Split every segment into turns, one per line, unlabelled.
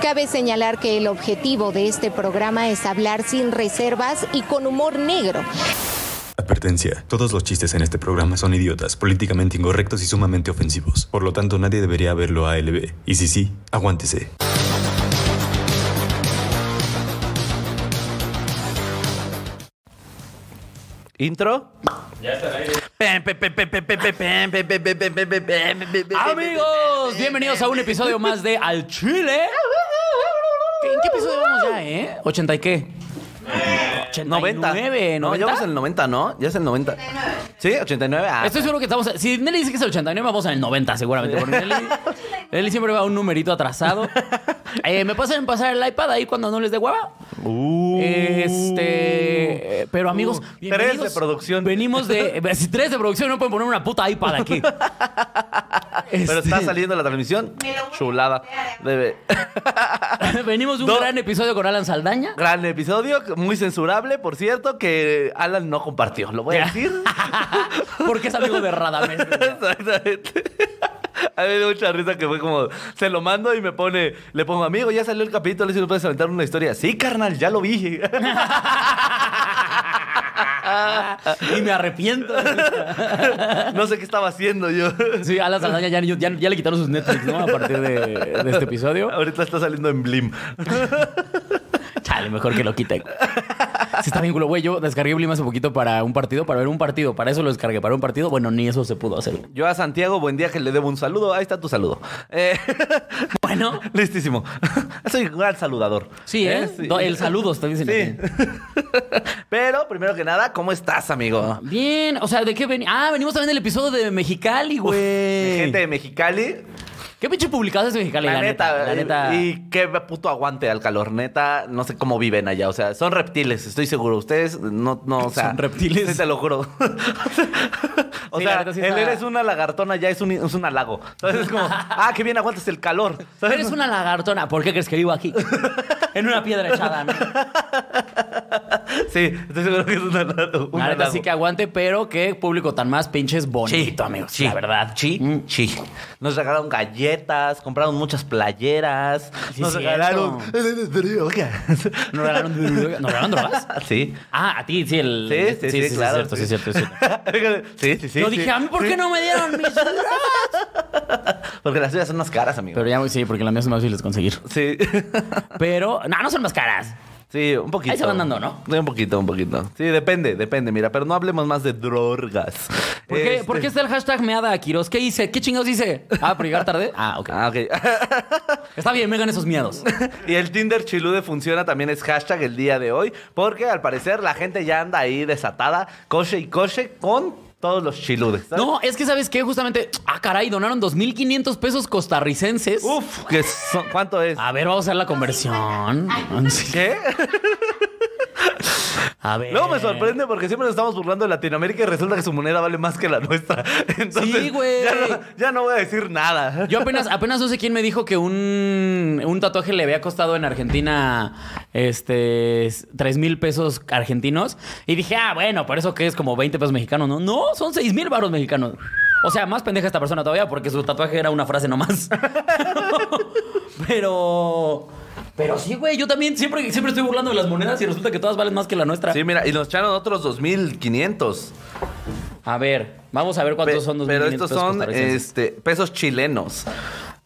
Cabe señalar que el objetivo de este programa es hablar sin reservas y con humor negro.
Advertencia. Todos los chistes en este programa son idiotas, políticamente incorrectos y sumamente ofensivos. Por lo tanto, nadie debería verlo a LB. Y si sí, aguántese.
¿Intro?
Amigos, bienvenidos a un episodio más de Al Chile. ¿En qué episodio vamos ya, eh? ¿80 y qué?
90.
89,
No, ya vamos en el 90, ¿no? Ya es el 90. Sí, 89. Ah,
Estoy seguro que estamos. Si Nelly dice que es el 89, vamos en el 90, seguramente. Porque Nelly, Nelly siempre va un numerito atrasado. Eh, ¿Me pasan pasar el iPad ahí cuando no les dé hueva?
Uh.
Este. Pero amigos.
tres de
bienvenidos.
producción.
Venimos de. eh, Si tres de producción no pueden poner una puta iPad aquí.
pero está
Este,
saliendo la transmisión. Chulada. Bebé.
Venimos de un
Do-
gran episodio con Alan Saldaña.
Gran episodio, muy censurable, por cierto, que Alan no compartió. Lo voy a decir.
Porque es amigo de Radamés.
Exactamente. A mí me dio mucha risa que fue como, se lo mando y me pone, le pongo, amigo, ya salió el capítulo, y si no puedes aventar una historia. Sí, carnal, ya lo vi.
y me arrepiento.
No sé qué estaba haciendo yo.
Sí, Alan Saldaña ya, ya- ya le quitaron sus Netflix, ¿no? A partir de, de este episodio.
Ahorita está saliendo en Blim.
Chale, mejor que lo quiten. Sí, está bien culo, güey. Yo descargué Blim hace poquito para un partido, para ver un partido. Para eso lo descargué, para un partido. Bueno, ni eso se pudo hacer.
Yo a Santiago, buen día, que le debo un saludo. Ahí está tu saludo. Eh,
Bueno.
listísimo. Soy un gran saludador.
Sí, ¿eh?
Sí.
Do- El saludo está diciendo.
Sí. Pero, primero que nada, ¿cómo estás, amigo?
Bien, o sea, ¿de qué venimos? Ah, venimos también del episodio de Mexicali,
Uf,
güey.
Gente de Mexicali,
¿Qué pinche publicado es Mexicali? La, neta, eh, la neta.
Y qué puto aguante al calor. Neta, no sé cómo viven allá. O sea, son reptiles, estoy seguro. Ustedes no, no, o sea.
Son reptiles.
Sí, te lo juro. o
Sí, la
sea,
neta sí
el
está-
eres una lagartona ya es un, es un halago. Entonces es como, ah, qué bien aguantas el calor. ¿Sabes?
Eres una lagartona. ¿Por qué crees que vivo aquí? en una piedra echada, ¿no?
Sí, estoy seguro que es un halago. un
La neta
halago.
sí que aguante, pero qué público tan más pinches bonito, amigos.
sí.
La verdad.
Sí,
Mm.
sí. Nos regalaron galletas, compraron muchas playeras.
Sí,
nos
cierto.
regalaron.
¿No regalaron, ¿no regalaron drogas?
sí.
Ah, a ti, sí, el.
Sí, sí, sí, claro.
es cierto, sí, es cierto, es cierto.
sí, sí, sí.
Yo
sí.
dije, ¿a mí por qué no me dieron mis drogas?
Porque las suyas son más caras, amigo.
Pero ya, sí, porque las mías son más difíciles de conseguir.
Sí.
Pero, no, no son más caras.
sí, un poquito.
Ahí se van dando, ¿no?
Sí, un poquito, un poquito. Sí, depende, depende, mira. Pero no hablemos más de drogas.
¿Por qué,
Este-
por qué está el hashtag meada a Quiroz? ¿Qué hice? ¿Qué chingados hice? Ah, por llegar tarde. Ah, ok.
Ah, ok.
Está bien, megan esos miedos.
Y el Tinder Chilude funciona también es hashtag el día de hoy, porque al parecer la gente ya anda ahí desatada, coche y coche con todos los chiludes. ¿sabes?
No, es que, ¿sabes qué? Justamente, ah, caray, donaron 2.500 pesos costarricenses.
Uf, que son- ¿cuánto es?
A ver, vamos a hacer la conversión.
¿Qué?
A ver.
Luego me sorprende porque siempre nos estamos burlando de Latinoamérica y resulta que su moneda vale más que la nuestra. Entonces,
Sí, güey.
Ya no, ya no voy a decir nada.
Yo apenas, apenas no sé quién me dijo que un, un tatuaje le había costado en Argentina este tres mil pesos argentinos. Y dije, ah, bueno, por eso que es como 20 pesos mexicanos, ¿no? No, son seis mil baros mexicanos. O sea, más pendeja esta persona todavía porque su tatuaje era una frase nomás. pero. Pero sí, güey, yo también siempre, siempre estoy burlando de las monedas y resulta que todas valen más que la nuestra.
Sí, mira, y nos echaron otros 2.500.
A ver, vamos a ver cuántos
Pe-
son los
Pero estos son este, pesos chilenos.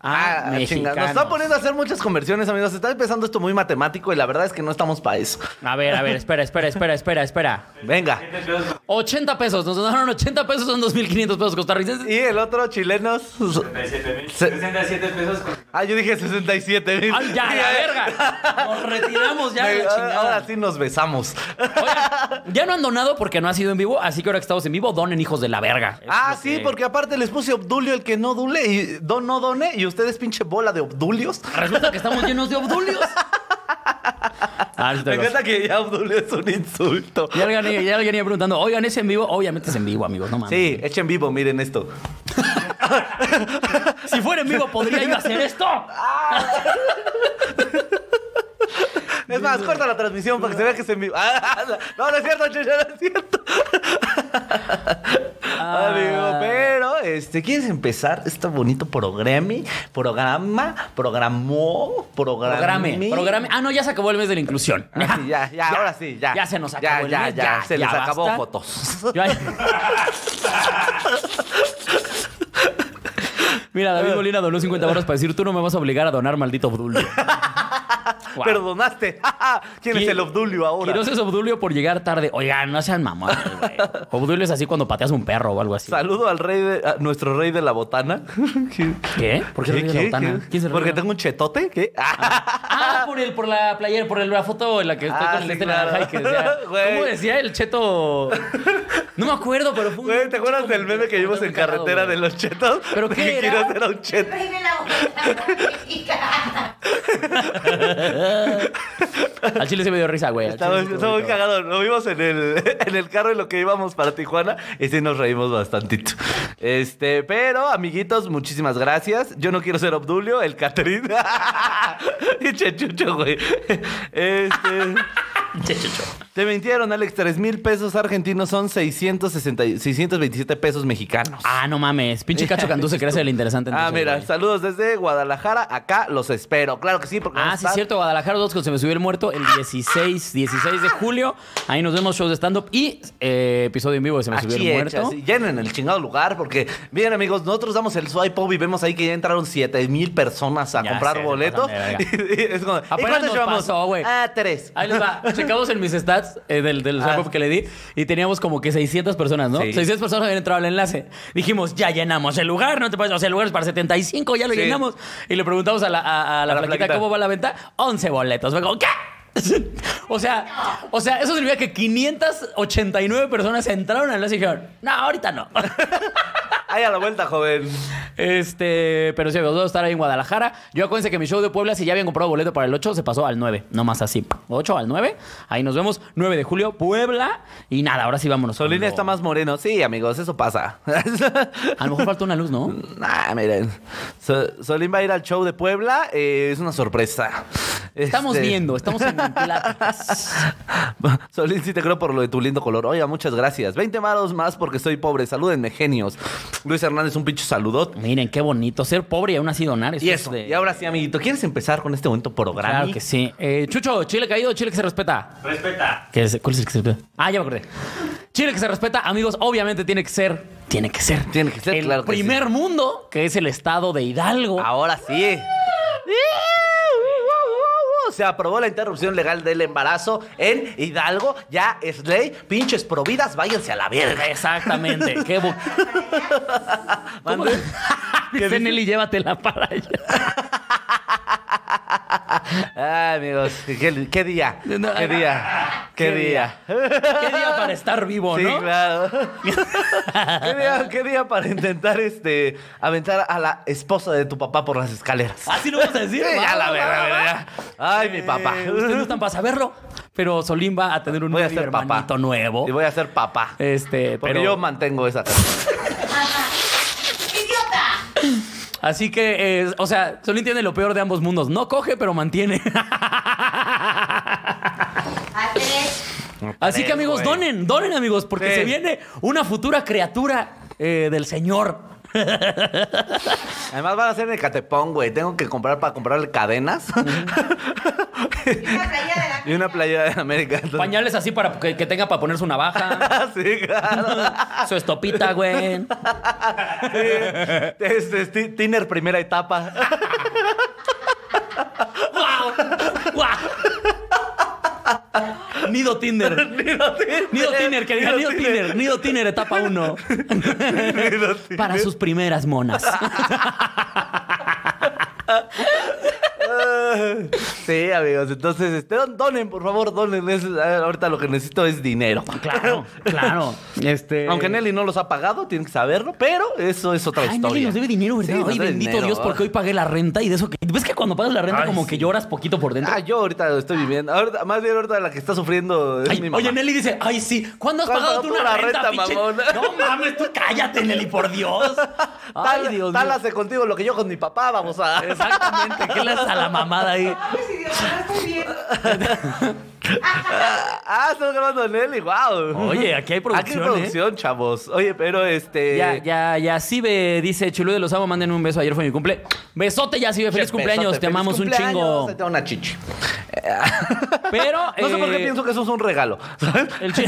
Ah,
chinga,
mexicanos.
Nos está poniendo a hacer muchas conversiones, amigos. Está empezando esto muy matemático y la verdad es que no estamos para eso.
A ver, a ver, espera, espera, espera, espera, espera.
Venga.
80 pesos, nos donaron 80 pesos, son 2.500 pesos costarricenses.
Y el otro chilenos.
67 mil.
Se-
67 pesos con-
Ah, yo dije 67 mil. ah,
¡Ay, ya, la verga! Nos retiramos ya, la chingada.
Ahora sí nos besamos.
Oigan, ya no han donado porque no ha sido en vivo, así que ahora que estamos en vivo, donen hijos de la verga. Es
Ah,
lo
sí,
que-
porque aparte les puse Obdulio el que no dule y don no done y ustedes pinche bola de Obdulios.
Resulta que estamos llenos de obdulios. Ah,
Me encanta que ya Obdulio es un insulto.
Y alguien, y alguien iba preguntando, oigan, ¿es en vivo? Obviamente es en vivo, amigos, no mames.
Sí, echen vivo, miren esto.
Si fuera en vivo, ¿podría yo hacer esto?
Es más, corta la transmisión para que se vea que es en vivo. Ah, No, no es cierto, Chucho, no es cierto.
Ah.
Amigo, pero, este, ¿quieres empezar este bonito programa? Programa, programó. programe.
Programe, programe. Ah, no, ya se acabó el mes de la inclusión.
Ah, sí, ya, ya, ahora sí, ya.
Ya se nos acabó el
Ya,
mes,
ya,
ya,
se
ya
les acabó
basta.
fotos.
Yo ahí- Mira, David
Ah.
Molina donó 50 baros para decir, tú no me vas a obligar a donar, maldito Obdulio. Wow.
Perdonaste. ¿Quién es
Qui-
el Obdulio ahora?
Quiroz es Obdulio por llegar tarde. Oigan, no sean mamones, güey. Obdulio es así cuando pateas un perro o algo así.
Saludo al rey de, a nuestro rey de la botana.
¿Qué? ¿Por qué, le ríes a Botana? ¿Quién se ríe?
Porque tengo un chetote. ¿Qué?
Ah, por, el, por la playera, por el- la foto en la que estoy
Ah,
con el
sí,
este
claro.
naranja y que decía...
Güey.
¿Cómo decía el cheto? No me acuerdo, pero fue un...
Güey, ¿te acuerdas
cheto
del
muy-
meme que vimos
muy
en
cagado,
carretera
güey.
de los chetos?
¿Pero
De
qué
que
era?
Quiroz era un cheto.
Reina la botana mexicana.
Al chile se me dio risa, güey. al
Estaba,
chile se me dio
estaba muy
risa.
cagado. Lo vimos en el, en el carro en lo que íbamos para Tijuana y sí nos reímos bastantito. Este, pero, amiguitos, muchísimas gracias. Yo no quiero ser Obdulio, el Catherine. y Chechucho, güey. Este. Te mintieron, Alex. 3 mil pesos argentinos son 660, 627 pesos mexicanos.
Ah, no mames. Pinche Cacho Cantú se crece el interesante.
Ah,
entonces,
mira,
güey.
saludos desde Guadalajara. Acá los espero. Claro que sí, porque
Ah,
vamos a
sí, es
estar-
cierto. Guadalajara 2, se me subió el muerto el 16, 16 de julio. Ahí nos vemos shows de stand-up y eh, episodio en vivo de Se me subió
Así
el
es,
muerto.
así. Llenen el chingado lugar porque, miren amigos, nosotros damos el swipe pop y vemos ahí que ya entraron 7 mil personas a
Ya
comprar
sé, se
boletos.
pasan de
Y, es como, ¿y
Apenas
cuántos
nos
llevamos?
pasó, güey.
ah, tres.
Ahí les va. Checamos en mis stats eh, del, del
Ah.
wrap-up que le di y teníamos como que 600 personas, ¿no?
Sí.
600 personas habían entrado al enlace. Dijimos, ya llenamos el lugar, no te pases. O sea, el lugar es para 75, ya lo
Sí.
llenamos. Y le preguntamos a la, a, a la
A la
flaquita,
flaquita.
cómo va la venta. 11 boletos. Fue como, ¿qué? o sea, o sea, eso significa que 589 personas entraron al enlace y dijeron, no, ahorita no.
Ahí a la vuelta, joven.
Este, pero sí, los dos estar ahí en Guadalajara. Yo acuérdense que mi show de Puebla, si ya habían comprado boleto para el 8, se pasó al 9, nomás así. 8 al 9, ahí nos vemos, 9 de julio, Puebla. Y nada, ahora sí vámonos.
Solina
Cuando-
está más moreno. Sí, amigos, eso pasa.
A lo mejor falta una luz, ¿no?
Ah, miren. So- Solín va a ir al show de Puebla. eh, es una sorpresa.
Estamos
Este,
viendo, estamos en pláticas.
Solín, sí te creo por lo de tu lindo color. Oiga, muchas gracias. 20 maros más porque soy pobre. Salúdenme, genios. Luis Hernández, un pinche saludot.
Miren, qué bonito ser pobre y aún así donar.
Y
es
eso.
de-
Y ahora sí, amiguito, ¿quieres empezar con este momento programa?
Claro que sí. Eh, Chucho, Chile caído, Chile que se respeta.
Respeta.
¿Qué es- ¿Cuál es el que se respeta? Ah, ya me acordé. Chile que se respeta, amigos, obviamente tiene que ser. Tiene que ser.
Tiene que ser,
El
claro que Ah,
primer mundo, que es el estado de Hidalgo.
Ahora sí. Se aprobó la interrupción legal del embarazo en Hidalgo. Ya es ley. Pinches providas, váyanse a la verga.
Exactamente. Qué bu- ¿Cómo?
Mande.
Dice Nelly, llévatela para allá.
Ay, amigos, qué, qué día.
No,
qué día. Qué,
qué
día.
Qué día para estar vivo,
Sí,
¿no?
claro. ¿Qué día, qué día para intentar este aventar a la esposa de tu papá por las escaleras.
Así lo vas a decir.
Sí,
Va,
ya la
Ah, va,
verga,
va, va.
verga. Ay, mi papá.
Eh, Ustedes no están para saberlo, pero Solín va a tener un
Voy a
nuevo
ser papá.
hermanito nuevo.
Y voy a ser papá.
Este,
Porque
pero
yo mantengo esa casa.
¡Idiota!
así que, eh, o sea, Solín tiene lo peor de ambos mundos. No coge, pero mantiene.
A tres.
Así que amigos,
güey.
donen, donen amigos, porque
Sí.
se viene una futura criatura eh, del Señor.
Además van a ser en Ecatepón, güey. Tengo que comprar para comprarle cadenas
Y una playa de la
y una playera de América. Entonces-
Pañales así para que, que tenga para poner su navaja,
Sí, claro.
su estopita, güey.
Este es ti- Tiner primera etapa.
¡Guau! ¡Guau! Nido Tinder.
Nido Tiner.
Nido Tinder, que diga Nido Tinder. Nido Tinder, etapa 1.
Nido Tiner.
Para sus primeras monas.
Sí, amigos. Entonces, este, don- donen, por favor, donen. Es- a- ahorita lo que necesito es dinero.
Claro, claro. Este...
Aunque Nelly no los ha pagado, tienen que saberlo, pero eso es otra
Ay,
historia.
Nelly nos debe dinero, ¿verdad?
Sí, nos
Ay,
debe
bendito
dinero.
Dios, porque hoy pagué la renta y de eso que... ¿Ves que cuando pagas la renta
Ay,
como
sí.
que lloras poquito por dentro?
Ah, yo ahorita lo estoy viviendo. Ahorita- más bien ahorita la que está sufriendo es
Ay,
mi mamá.
oye, Nelly dice, ay, sí, ¿cuándo has
¿Cuándo
pagado tú una renta, pinche?
mamón?
No mames, tú cállate, Nelly, por Dios. Ay,
Ah, Tal-
Dios mío.
tálase contigo lo que yo con mi papá, vamos a.
Exactamente, ¿qué le das a la mamada ahí?
Ay, idiota, no estoy bien.
ah, estamos grabando Nelly, wow.
Oye, aquí hay producción, ¿eh?
Aquí hay producción, chavos. Oye, pero este.
Ya, ya, ya, Sibe dice, Chulo de los amo, mándenme un beso, ayer fue mi cumple. Besote, ya, Sibe, feliz cumpleaños,
Besote,
te
feliz
amamos
cumpleaños,
un
Ahí te
chingo.
va una chichi.
Pero...
No sé por qué
eh,
pienso que eso es un regalo. ¿sabes?
El chi-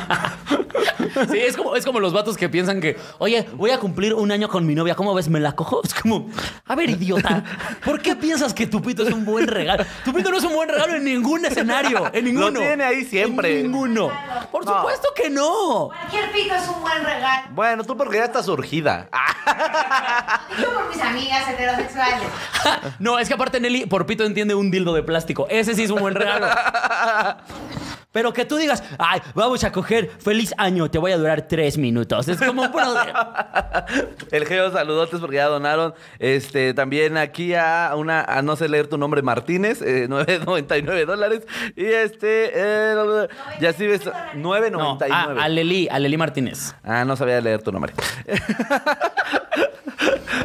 sí, es como, es como los vatos que piensan que, oye, voy a cumplir un año con mi novia, ¿cómo ves? ¿Me la cojo? Es como, a ver, idiota, ¿por qué piensas que tu pito es un buen regalo? Tu pito no es un buen regalo en ningún escenario, en ninguno.
Lo tiene ahí siempre.
En ninguno. Por
No.
supuesto que no.
Cualquier pito es un buen regalo.
Bueno, tú porque ya estás surgida. Ah,
Dicho por mis amigas heterosexuales.
No, es que aparte Nelly, por pito entiende un dildo de plástico. Ese sí es un buen regalo. Pero que tú digas, ay, vamos a coger, feliz año, te voy a durar tres minutos. Es como, bueno,
el Geo, saludotes porque ya donaron. Este, también aquí a una, a no sé leer tu nombre, Martínez, eh, 9.99 dólares. Y este, eh, ya sí ves, 9.99.
no, a, a Leli, a Leli Martínez.
Ah, no sabía leer tu nombre.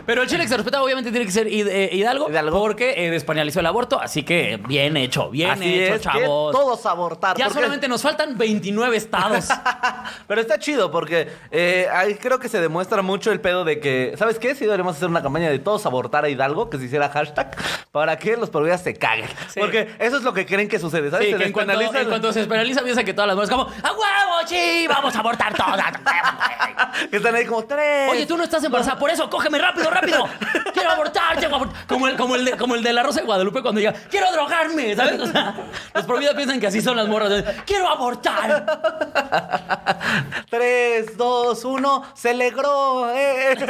Pero el chile que se respeta obviamente tiene que ser hid- eh, Hidalgo,
Hidalgo.
porque eh, despenalizó el aborto, así que bien hecho, bien
Así
hecho,
es, que
chavos.
todos abortar.
ya
porque-
solamente nos faltan 29 estados.
Pero está chido porque eh, ahí creo que se demuestra mucho el pedo de que, ¿sabes qué? Si deberíamos hacer una campaña de todos abortar a Hidalgo, que se hiciera hashtag, para que los proveedores se caguen.
Sí.
Porque eso es lo que creen que sucede, ¿sabes?
Sí,
Se
que en cuanto,
despenalizan-
en cuanto se despenaliza piensa que todas las mujeres como, ¡a huevo, sí! ¡Vamos a abortar todas!
que están ahí como tres.
Oye, tú no estás embarazada, por eso cógeme rápido, rápido. Quiero abortar, quiero abort- Como el, como el, de, como el de la Rosa de Guadalupe cuando diga, quiero drogarme, ¿sabes? O sea, los prohibidos piensan que así son las morras. Quiero abortar.
Tres, dos, uno, se alegró. eh.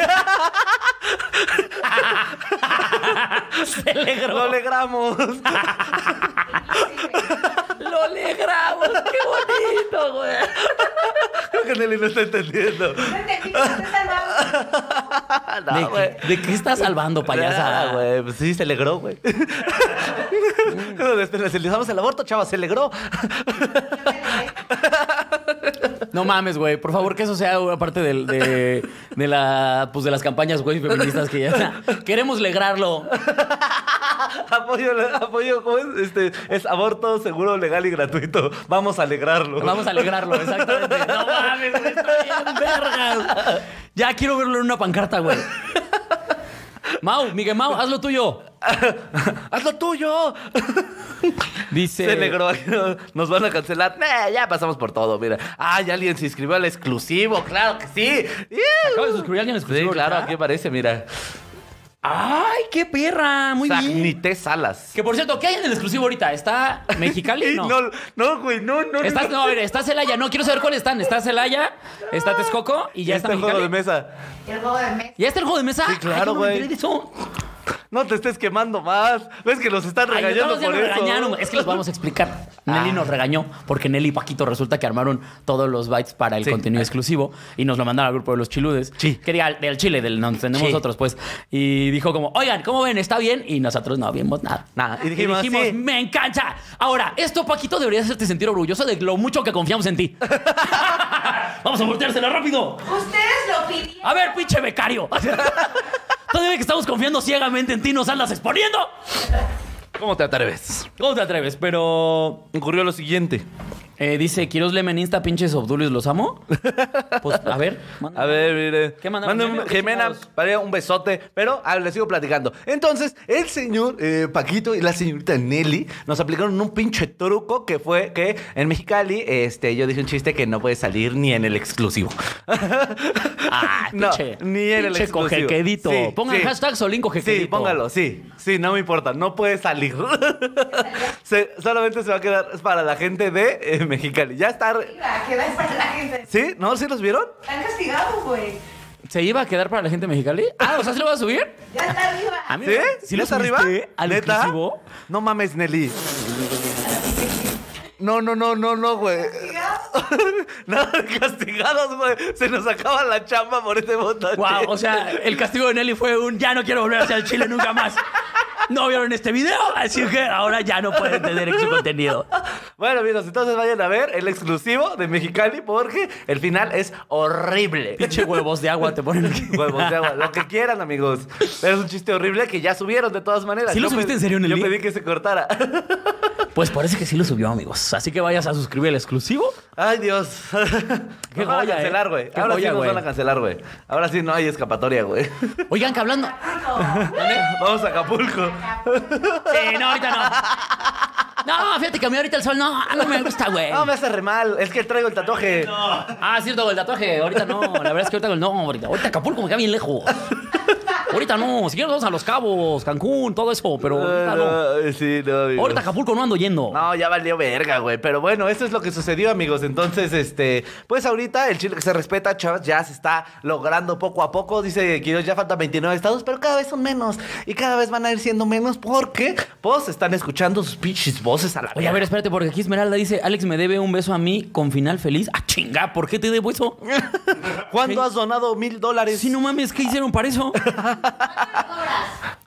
Se le
Lo
grabó.
alegramos.
Lo le grabo. Qué bonito, güey.
creo que Nelly no está entendiendo. Ah,
No entendí, no te salvaba.
No,
¿De,
güey.
qué- de qué estás salvando,
Ah,
payasada, güey?
güey. Pues sí, se alegró, güey. Cuando despenalizamos el aborto, chava, se alegró.
No mames, güey. Por favor, que eso sea una parte del- de, de la, pues, de las campañas, güey, feministas que ya. Queremos legrarlo.
Apoyo, apoyo, ¿cómo es? Este, es aborto seguro, legal y gratuito. Vamos a alegrarlo.
Vamos a alegrarlo, exactamente. No mames, güey, está bien, vergas. Ya quiero verlo en una pancarta, güey. Mau, Miguel Mau, haz lo tuyo.
¡Haz lo tuyo!
Dice.
Se alegró. Nos van a cancelar. Nah, ya pasamos por todo, mira. Ah, ya alguien se inscribió al exclusivo. ¡Claro que sí!
Acaba de suscribir a alguien exclusivo.
Sí, claro,
¿verdad?
aquí aparece, mira.
¡Ay, qué perra! Muy bien.
Sagnité Salas.
Que por cierto, ¿qué hay en el exclusivo ahorita? ¿Está Mexicali? No.
No, no, güey, no, no.
Estás, no, a ver, está Celaya. No, quiero saber cuáles están. Está Celaya, está Texcoco y ya
está
está,
el Este juego de
Mexicali.
mesa.
El juego de mes.
¿Ya está el juego de mesa?
Sí, claro,
Ay, yo no me
güey.
enteré de eso.
No te estés quemando más. Ves que nos están
Ay,
regañando
estamos
por
siendo
eso. Ah.
regañaron. Es que los vamos a explicar. Nelly nos regañó porque Nelly y Paquito resulta que armaron todos los bytes para el
Sí.
contenido exclusivo y nos lo mandaron al grupo de los chiludes.
Sí.
Que diga, del Chile, del donde tenemos
Sí.
otros, pues. Y dijo como, oigan, ¿cómo ven? ¿Está bien? Y nosotros no vimos nada.
Nada. Y dijimos, sí.
me encanta. Ahora, esto, Paquito, debería hacerte sentir orgulloso de lo mucho que confiamos en ti. vamos a volteársela rápido.
Ustedes lo pidieron.
A ver, pinche becario. Todavía que estamos confiando ciegamente en ti, nos andas exponiendo.
¿Cómo te atreves?
¿Cómo te atreves? Pero
Ocurrió lo siguiente.
Eh, dice, ¿Quiros Lemenista, pinches Obdulios, los amo? Pues, a ver. manda.
A ver, mire.
¿Qué mandaron?
Manden un-
¿Meme o qué
Jimena,
chingados?
para un besote, pero ah, le sigo platicando. Entonces, el señor eh, Paquito y la señorita Nelly nos aplicaron un pinche truco que fue que en Mexicali, este, yo dije un chiste que no puede salir ni en el exclusivo.
Ah,
No,
pinche.
ni en el
pinche
exclusivo.
cojequedito.
Sí,
Pongan
sí.
hashtag Solín cojequedito.
Sí, póngalo, sí. Sí, no me importa, no puede salir. Se- solamente se va a quedar para la gente de eh, Mexicali. Ya está. re-
Mira, que va para la gente.
¿Sí? ¿No? ¿Sí los vieron?
Están castigados, güey.
¿Se iba a quedar para la gente de mexicali? Ah, o sea, ¿se lo va a subir?
Ya está arriba.
A mí-
¿Sí?
¿Sí
¿Ya
lo
está arriba?
subiste al exclusivo?
No mames, Nelly. No, no, no, no, no, güey.
Castigados.
Nada de castigados, güey. Se nos acaba la chamba por este botón.
Wow, o sea, el castigo de Nelly fue un ya no quiero volver hacia el Chile nunca más. No vieron este video, así que ahora ya no pueden tener su contenido.
Bueno, amigos, entonces vayan a ver el exclusivo de Mexicali porque el final es horrible.
Pinche huevos de agua te ponen aquí.
Huevos de agua, lo que quieran, amigos. Pero es un chiste horrible que ya subieron de todas maneras.
¿Sí lo
Yo
subiste
pe-
en serio, Nelly?
Yo pedí que se cortara.
Pues parece que sí lo subió, amigos. Así que vayas a suscribir el exclusivo.
Ay, Dios.
Qué
nos van
joya,
a cancelar,
¿eh?
güey.
Qué
Ahora
joya,
sí nos
güey.
van a cancelar, güey. Ahora sí no hay escapatoria, güey.
Oigan, que hablando.
Vamos a Acapulco.
Sí, no, ahorita no. No, fíjate que a mí ahorita el sol no, no me gusta, güey.
No, me hace re mal. Es que traigo el tatuaje.
Ah, cierto, el tatuaje. Ahorita no. La verdad es que ahorita no, ahorita. Ahorita Acapulco me queda bien lejos. Ahorita no. Si quieres, vamos a Los Cabos, Cancún, todo eso. Pero ahorita no.
Ay, Eh, sí, no, amigos.
Ahorita Acapulco no ando yendo.
No, ya valió verga, güey. Pero bueno, eso es lo que sucedió, amigos. Entonces, este, pues ahorita el Chile que se respeta, chavos, ya se está logrando poco a poco. Dice Quiroz, ya faltan 29 estados, pero cada vez son menos. Y cada vez van a ir siendo menos porque, pues, están escuchando sus pinches voces a la
Oye, a ver, espérate, porque aquí Esmeralda dice: Alex me debe un beso a mí con final feliz. Ah, chinga, ¿por qué te debo eso?
¿Cuándo has donado mil dólares?
Sí, no mames, ¿qué hicieron para eso?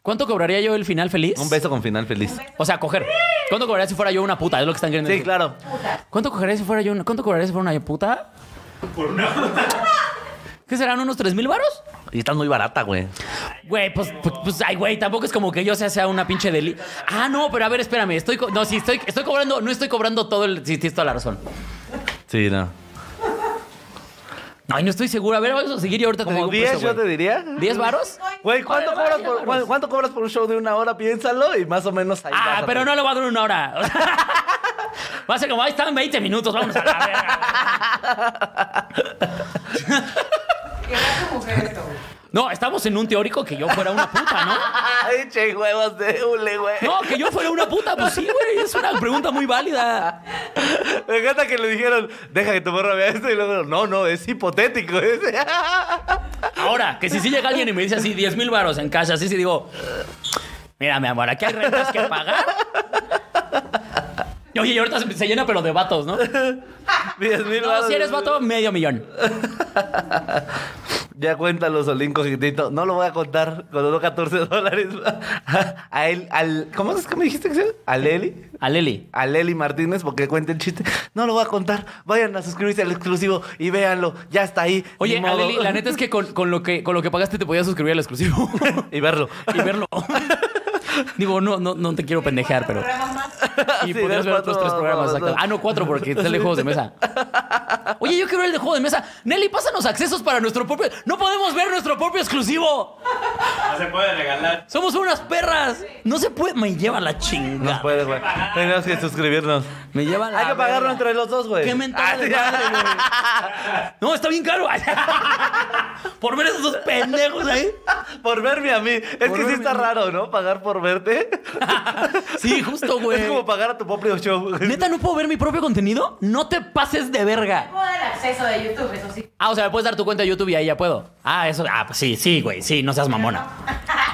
¿Cuánto cobraría yo el final feliz?
Un beso con final feliz.
O sea, coger. ¿Cuánto cobraría si fuera yo una puta? Es lo que están queriendo
Sí,
decir.
claro.
¿Cuánto cobraría si fuera yo una, ¿Cuánto cobraría si fuera una puta? ¿Qué serán unos 3 mil varos?
Y estás muy barata, güey.
Güey, pues, pues, pues, ay, güey, tampoco es como que yo sea, sea una pinche deli. Ah, no, pero a ver, espérame, estoy, co- no, sí, estoy, estoy cobrando, no estoy cobrando todo el, sí, tienes toda la razón.
Sí, no.
No, y no estoy seguro, a ver, vamos a seguir y ahorita
Como
te digo
10,
precio,
yo te
güey.
diría.
¿10 varos?
Güey, ¿cuánto,
Vale,
cobras
vale,
por,
vámonos.
¿cuánto cobras por un show de una hora? Piénsalo y más o menos ahí. vas
Ah,
a
pero
tener.
no le va a durar una hora. Va a ser como, ahí están 20 minutos, vamos a la verga.
Que vea tu mujer esto, güey.
No, estamos en un teórico que yo fuera una puta, ¿no?
Ay, che, huevos de hule, güey.
No, que yo fuera una puta, pues sí, güey, es una pregunta muy válida.
Me encanta que le dijeron, deja que tu morra vea esto. Y luego, no, no, es hipotético. es-
Ahora, que si sí llega alguien y me dice así, 10 mil varos en casa, así sí digo, mira, mi amor, aquí hay rentas que pagar. Y, Oye, y ahorita se se llena pero de vatos, ¿no?
Diez mil
No,
varos.
si eres vato, medio millón.
Ya cuéntalo, Solín Cogitito. No lo voy a contar. Cuando dio 14 dólares. A él, al. ¿Cómo es que me dijiste que se llama? ¿Al Eli?
A Leli.
A Leli Martínez, porque cuente el chiste. No lo voy a contar. Vayan a suscribirse al exclusivo y véanlo. Ya está ahí.
Oye,
Ni modo.
a Leli, la neta es que con, con lo que con lo que pagaste te podías suscribir al exclusivo.
Y verlo.
y verlo. Digo, no, no, no te quiero pendejear, pero.
Programas más.
Y
Sí,
podrías
ves
ver otros
cuatro,
tres programas.
cuatro.
exacto. Ah, no, cuatro, porque está el de juegos de mesa. Oye, yo quiero ver el de juego de mesa. Nelly, pásanos accesos para nuestro propio. ¡No podemos ver nuestro propio exclusivo!
No se puede regalar.
¡Somos unas perras! No se puede. Me lleva la
No
chinga.
puede, güey. Tenemos que suscribirnos.
Me lleva la.
Hay que pagarlo
verga.
entre los dos, güey. Ah,
Qué mentada de madre, güey. No, está bien caro. Por ver esos dos pendejos ahí.
Por verme a mí. Es que sí
verme
está
a mí.
raro, ¿no? Pagar por verte.
Sí, justo, güey.
Es como pagar a tu propio show.
¿Neta no puedo ver mi propio contenido? No te pases de verga.
Puedo dar acceso de YouTube, eso sí.
Ah, o sea, me puedes dar tu cuenta de YouTube y ahí ya puedo. Ah, eso. Ah, pues sí, sí, güey. Sí, no seas mamona.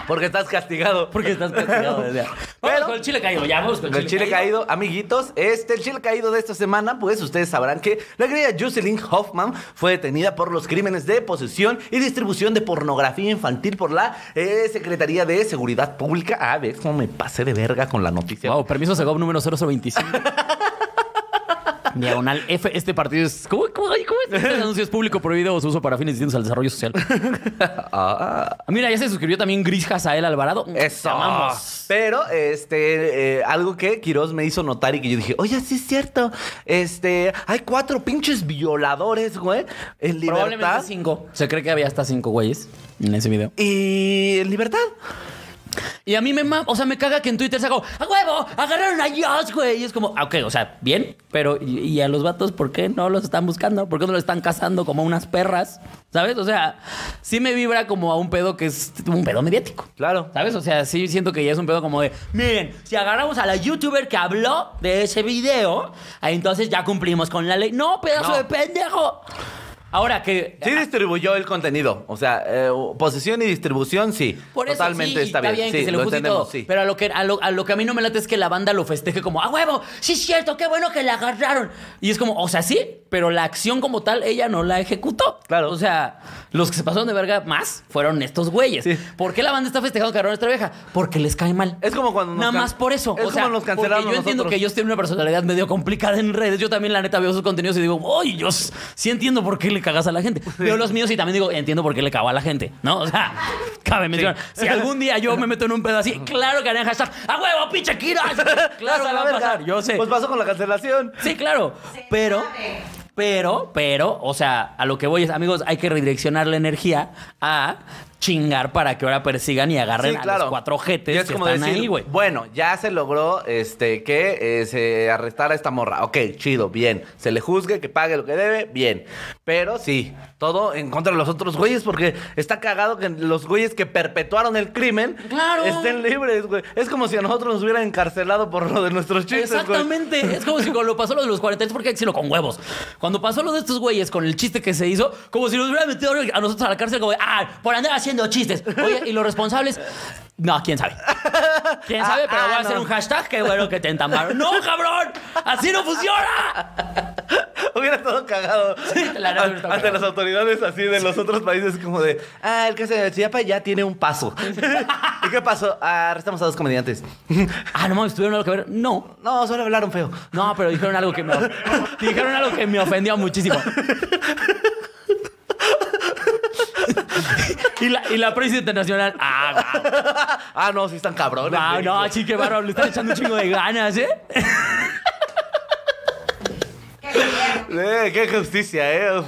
Porque estás castigado.
Porque estás castigado. o sea. Vamos
Pero-
con el chile caído. Ya, vamos con el
El
chile,
chile caído, amiguitos, este el chile caído de esta semana, pues ustedes sabrán que la querida Jocelyn Hoffman fue detenida por los crímenes de posesión y distribución de pornografía infantil por la eh, Secretaría de Seguridad Pública. Ah, ves cómo me pasé de verga con la noticia.
Wow, permiso Segov número 0025. Diagonal F, este partido es. ¿Cómo, cómo, ay, cómo es? Este anuncio es público prohibido o su uso para fines distintos al desarrollo social. Ah, Mira, ya se suscribió también Gris Hazael Alvarado.
Eso.
Te amamos.
Pero, este, eh, algo que Quiroz me hizo notar y que yo dije, oye, sí es cierto. Este, hay cuatro pinches violadores, güey, en libertad.
Probablemente cinco. Se cree que había hasta cinco güeyes en ese video.
Y en libertad.
Y a mí me ma- o sea, me caga que en Twitter se hago, ¡a huevo! ¡Agarraron a Joss, güey! Y es como, ah, ok, o sea, bien, pero ¿y, y a los vatos por qué no los están buscando? ¿Por qué no los están cazando como unas perras? ¿Sabes? O sea, sí me vibra como a un pedo que es un pedo mediático.
Claro.
¿Sabes? O sea, sí siento que ya es un pedo como de, miren, si agarramos a la youtuber que habló de ese video, ah, entonces ya cumplimos con la ley. ¡No, pedazo
No.
de pendejo! Ahora que...
Sí distribuyó el contenido. O sea, eh, posesión y distribución, sí.
Por eso
Totalmente
sí,
está bien.
que
sí,
se le
lo
juzgue y
entendemos,
todo.
sí.
Pero a lo, que, a, lo, a lo que a mí no me late es que la banda lo festeje como, ¡a huevo! ¡Sí es cierto! ¡Qué bueno que la agarraron! Y es como, o sea, sí, pero la acción como tal, ella no la ejecutó.
Claro.
O sea, los que se pasaron de verga más fueron estos güeyes.
Sí.
¿Por qué la banda está festejando que agarraron a esta vieja? Porque les cae mal.
Es como cuando nos
Nada
can-
más por eso.
Es
o sea,
como nos cancelaron
porque yo
a
entiendo
nosotros.
que ellos tienen una personalidad medio complicada en redes. Yo también, la neta, veo sus contenidos y digo, ¡ay, Dios! Sí entiendo por qué le cagas a la gente. Veo los míos y también digo, entiendo por qué le cago a la gente, ¿no? O sea, cabe mencionar. Si algún día yo me meto en un pedo así, claro que harían hashtag, ¡a huevo, pinche Kira! Claro
Pasa
que
la
va a
verga.
pasar, yo sé.
Pues pasó con la cancelación.
Sí, claro. Pero, pero, pero, o sea, a lo que voy es, amigos, hay que redireccionar la energía a chingar para que ahora persigan y agarren
Sí, claro.
a los cuatro jetes
Y
que
es como
están
decir,
ahí, güey.
Bueno, ya se logró este que eh, se arrestara esta morra. Ok, chido, bien. Se le juzgue, que pague lo que debe, bien. Pero sí, todo en contra de los otros güeyes, porque está cagado que los güeyes que perpetuaron el crimen
Claro.
estén libres, güey. Es como si a nosotros nos hubieran encarcelado por lo de nuestros chistes, güey.
Exactamente. Es como si cuando pasó lo de los 43, porque hay que decirlo con huevos. Cuando pasó lo de estos güeyes con el chiste que se hizo, como si nos hubieran metido a nosotros a la cárcel, como, de, ah, por andar haciendo chistes. Oye, y los responsables. No, quién sabe. Quién sabe, pero
Ah,
voy a
ah,
hacer
no.
un hashtag que bueno que te entamaron. ¡No, cabrón! ¡Así no funciona!
Hubiera todo cagado.
la neta hubiera estado
Ante
cagado.
las autoridades así de los otros países, como de, ah, el caso de Chiapa ya tiene un paso. ¿Y qué pasó? Ah, arrestamos a dos comediantes.
Ah, no mames, tuvieron algo que ver. No.
No, solo hablaron feo.
No, pero dijeron algo que me, dijeron algo que me ofendió muchísimo. Y la, y la prensa internacional, ah, guau,
Ah, no, sí están cabrones.
guau,
güey.
no, sí, qué bárbaro, le están echando un chingo de ganas, ¿eh?
Qué gobierno.
Eh, qué justicia, eh. Uf,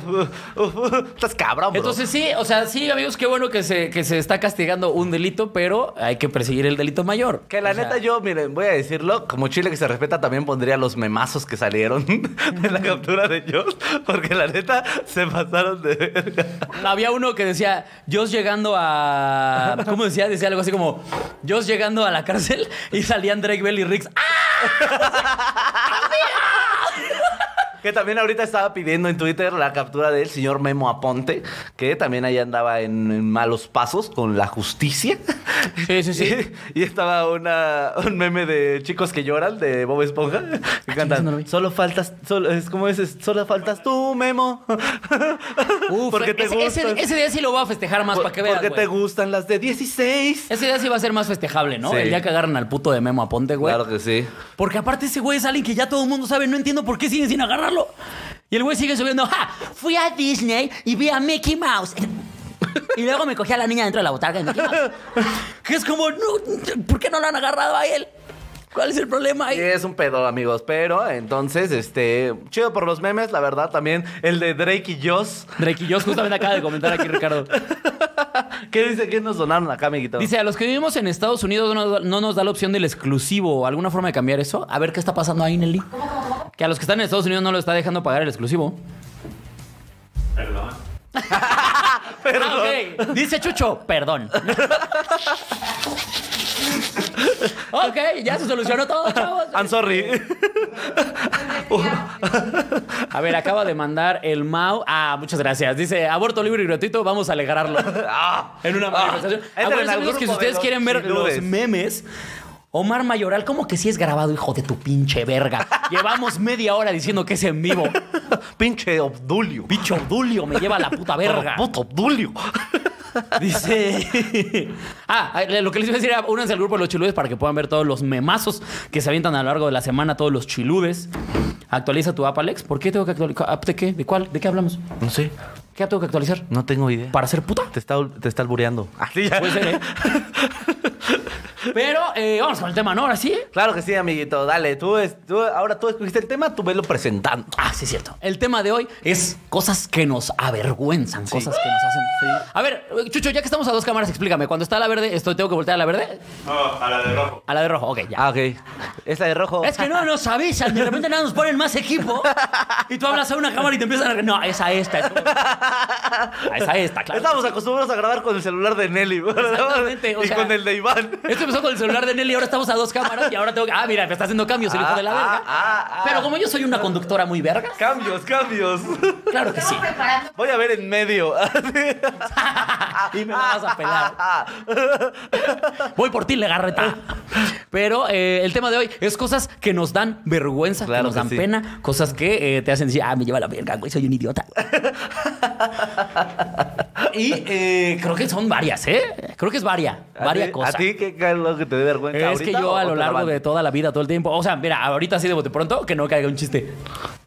uf, uf. Estás cabrón, bro.
Entonces sí, o sea, sí, amigos, qué bueno que se, que se está castigando un delito, pero hay que perseguir el delito mayor.
que la
O sea,
neta yo, miren, voy a decirlo, como Chile que se respeta, también pondría los memazos que salieron de la captura de Josh, porque la neta se pasaron de verga.
Había uno que decía, Dios llegando a... ¿Cómo decía? Decía algo así como, Dios llegando a la cárcel y salían Drake Bell y Riggs. ¡Ah!
Que también ahorita estaba pidiendo en Twitter la captura del señor Memo Aponte, que también ahí andaba en, en malos pasos con la justicia.
Sí, sí, sí.
Y, y estaba una, un meme de chicos que lloran de Bob Esponja. Que
eso
cantan,
Ah, no lo vi.
solo faltas, solo, es como es, Es, solo faltas tú, Memo.
Uf,
porque te
ese, ese-
gustan.
ese día sí lo voy a festejar más
Por-
para que veas.
Porque
güey.
te gustan las de 16.
Ese día sí va a ser más festejable, ¿no?
Sí.
El día que agarran al puto de Memo Aponte, güey.
que sí.
Porque aparte ese güey es alguien que ya todo el mundo sabe, no entiendo por qué siguen sin agarrarlo. Y el güey sigue subiendo, ¡ja! Fui a Disney y vi a Mickey Mouse. Y luego me cogí a la niña dentro de la botarga de Mickey Mouse. Que es como, no, ¿por qué no lo han agarrado a él? ¿Cuál es el problema
Sí,
ahí?
es un pedo, amigos. Pero entonces, este, chido por los memes, la verdad. También el de Drake y Joss.
Drake y yo justamente acaba de comentar aquí, Ricardo.
¿Qué dice? ¿Qué nos donaron acá, amiguito?
Dice, a los que vivimos en Estados Unidos no, no nos da la opción del exclusivo. ¿Alguna forma de cambiar eso? A ver qué está pasando ahí, Nelly. Que a los que están en Estados Unidos no lo está dejando pagar el exclusivo.
Perdón.
Perdón.
Ah, ok. Dice Chucho, perdón. ok, ya se solucionó todo, chavos.
I'm sorry.
Oh, A ver, acaba de mandar el Mau. Ah, muchas gracias. Dice, aborto libre y gratuito, vamos a alegrarlo.
Ah.
En una
Ah.
manifestación.
Entren
Acuérdense,
al
amigos,
grupo
que si
de
ustedes
los
quieren ver los
chiludes.
memes, Omar Mayoral, como que sí es grabado, hijo de tu pinche verga? Llevamos media hora diciendo que es en vivo.
Pinche Obdulio.
Bicho Dulio me lleva a la puta verga.
Puto Obdulio.
Dice. ah, lo que les iba a decir era únanse al grupo de los chiludes para que puedan ver todos los memazos que se avientan a lo largo de la semana, todos los chiludes. Actualiza tu app, Alex. ¿Por qué tengo que actualizar? ¿App de qué? ¿De cuál? ¿De qué hablamos?
No sé,
¿Qué app tengo que actualizar?
no tengo idea.
¿Para ser puta?
Te está, te está albureando. Así ya.
Puede ser, ¿eh? Pero eh, vamos con el tema, ¿no? Ahora sí.
Claro que sí, amiguito. Dale, tú, es- tú- ahora tú escogiste el tema, tú velo presentando.
Ah, sí, es cierto. El tema de hoy es cosas que nos avergüenzan, cosas que nos hacen. A ver, Chucho, ya que estamos a dos cámaras, explícame. Cuando está la verde, estoy, ¿tengo que voltear a la verde?
No, a la de rojo.
A la de rojo, ok, ya.
Ah, ok. Es la de rojo.
Es que no nos avisan, de repente nada nos ponen más equipo y tú hablas a una cámara y te empiezan a... No, es a esta. Es, como- es a esta, claro.
Estamos acostumbrados a grabar con el celular de Nelly. ¿verdad?
Exactamente, o
y
sea-
con el de Iván.
Esto empezó con el celular de Nelly, ahora estamos a dos cámaras y ahora tengo que... Ah, mira, me está haciendo cambios el hijo de la
Ah,
verga.
ah, ah, ah.
Pero como yo soy una conductora muy verga,
Cambios, cambios.
claro que sí.
Estamos preparando.
Voy a ver en medio.
Y me la vas a pelar. Voy por ti, Legarreta.
Ah.
Pero eh, el tema de hoy es cosas que nos dan vergüenza, que
Claro
nos
que
dan
sí.
pena, cosas que eh, te hacen decir, ah, me lleva la verga, güey, soy un idiota. y eh, creo que son varias, ¿eh? Creo que es varia, varia
¿A ti-
cosa.
¿A ti qué qué es lo que te dé vergüenza?
Es que
ahorita
yo
o
a lo
te la
largo
van?
de toda la vida, todo el tiempo. O sea, mira, ahorita sí de bote pronto, que no caiga un chiste.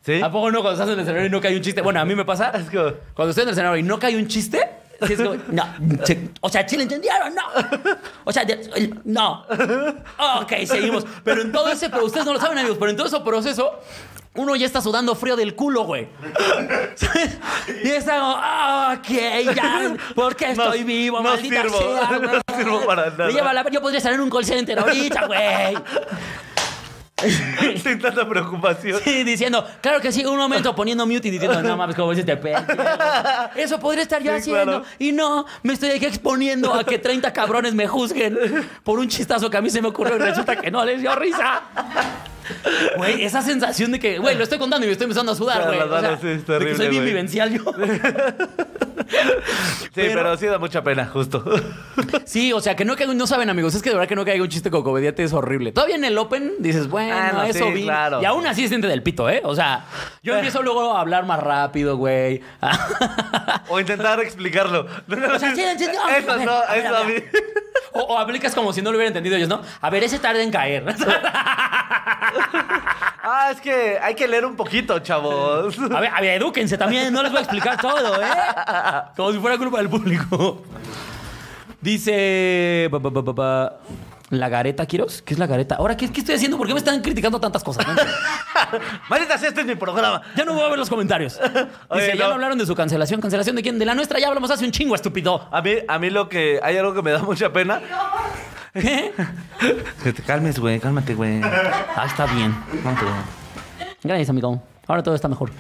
¿Sí?
¿A poco no cuando estás en el escenario y no cae un chiste? Bueno, a mí me pasa.
Es como-
Cuando estoy en el escenario y no cae un chiste, sí es como, no. che- o sea, ¿sí lo entendieron? No. O sea, de- el- no. Ok, seguimos. Pero en todo ese, pero ustedes no lo saben, amigos, pero en todo ese proceso, uno ya está sudando frío del culo, güey. ¿Sabes? Y está como, "Ah, ok, ya, porque
No-
estoy vivo,
no
maldita
sirvo.
sea, güey".
No sirvo para nada.
Me lleva la- Yo podría estar en un call center ahorita, güey.
Sin tanta preocupación.
Sí, diciendo, claro que sí, un momento poniendo mute y diciendo, no mames, como este pe. Eso podría estar yo
Sí,
haciendo.
claro.
Y no, me estoy aquí exponiendo a que 30 cabrones me juzguen por un chistazo que a mí se me ocurrió y resulta que no les dio risa. Güey, esa sensación de que, güey, lo estoy contando y me estoy empezando a sudar,
Claro,
güey.
las
O sea,
manos, sí, es
de que
terrible,
soy bien
güey.
vivencial yo.
Sí, pero... sí da mucha pena, justo.
Sí, o sea, que no caiga, no saben, amigos, es que de verdad que no caiga un chiste con comediante es horrible. Todavía en el Open dices, bueno,
Bueno,
eso
Ah, sí,
vi.
claro.
Y aún así es gente del pito, ¿eh? O sea, yo empiezo luego a hablar más rápido, güey.
O intentar explicarlo.
O sea, sí, sí, sí.
Eso no,
A ver,
eso
a
a
ver,
mí.
a ver. O, o aplicas como si no lo hubiera entendido ellos, ¿no? A ver, ese tarda en caer.
Ah, es que hay que leer un poquito, chavos.
A ver, a ver, edúquense también, no les voy a explicar todo, ¿eh? Como si fuera culpa del público. Dice. pa, pa, pa, pa, pa, La gareta, Quiros. ¿Qué es la gareta? Ahora, ¿qué, qué estoy haciendo? ¿Por qué me están criticando tantas cosas? No entiendo.
Maldita sea, este es mi programa.
Ya no voy a ver los comentarios. Dice,
Oye,
ya no
no.
hablaron de su cancelación. ¿Cancelación de quién? De la nuestra ya hablamos hace un chingo, estúpido.
A mí, a mí lo que. Hay algo que me da mucha pena.
¿Eh?
Que te calmes, güey, cálmate, güey.
Ah, está bien.
Cálmate, güey.
Gracias, amigo. Ahora todo está mejor.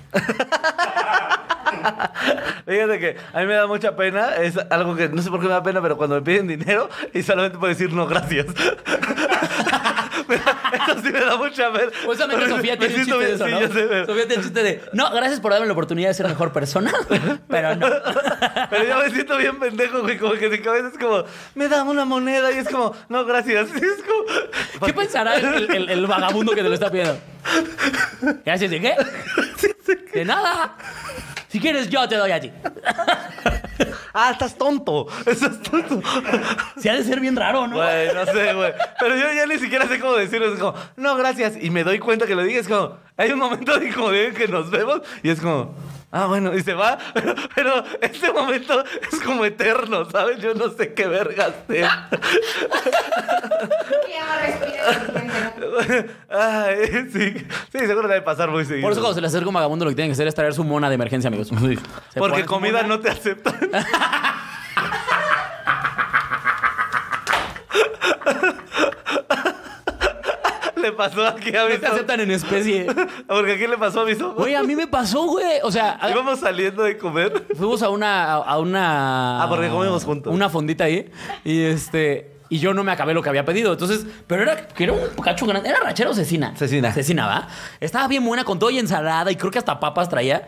Fíjate que a mí me da mucha pena, es algo que no sé por qué me da pena, pero cuando me piden dinero y solamente puedo decir no, gracias. Me da- eso sí me da mucha pena.
Pues también
Porque me
Sofía tiene un
siento
chiste de eso,
bien-
¿no?
sí, ya sé, pero-
Sofía tiene un chiste de, no, gracias por darme la oportunidad de ser mejor persona, pero no.
Pero yo me siento bien pendejo, güey, como que mi cabeza es como, me da una moneda y es como, no, gracias. Y es como,
¿Qué pensará el, el- el vagabundo que te lo está pidiendo? Gracias, ¿de qué? De nada. Si quieres, yo te doy a ti.
Ah, estás tonto. Estás tonto.
Se ha de ser bien raro, ¿no?
Güey, no sé, güey. Pero yo ya ni siquiera sé cómo decirlo. Es como, no, gracias. Y me doy cuenta que lo dije. Es como, hay un momento de como de que nos vemos y es como, ah, bueno, y se va. Pero, pero este momento es como eterno, ¿sabes? Yo no sé qué vergas. es. Ay, sí. Sí, seguro debe pasar muy seguido.
Por eso cuando se le acerca un vagabundo lo que tienen que hacer es traer su mona de emergencia, amigos. Se pone
Porque
su
comida
mona.
no te aceptan. Le pasó aquí a mi
No te
so-
aceptan en especie.
Porque aquí le pasó a mi sobrino.
Güey, a mí me pasó, güey. O sea, a-
Íbamos saliendo de comer.
Fuimos a una. A una
Ah, porque comimos juntos.
Una fondita ahí. Y este. Y yo no me acabé lo que había pedido. Entonces, pero era, que era un cacho grande. Era ranchera o cecina.
Cecina.
Cecina, ¿va? Estaba bien buena con todo y ensalada. Y creo que hasta papas traía.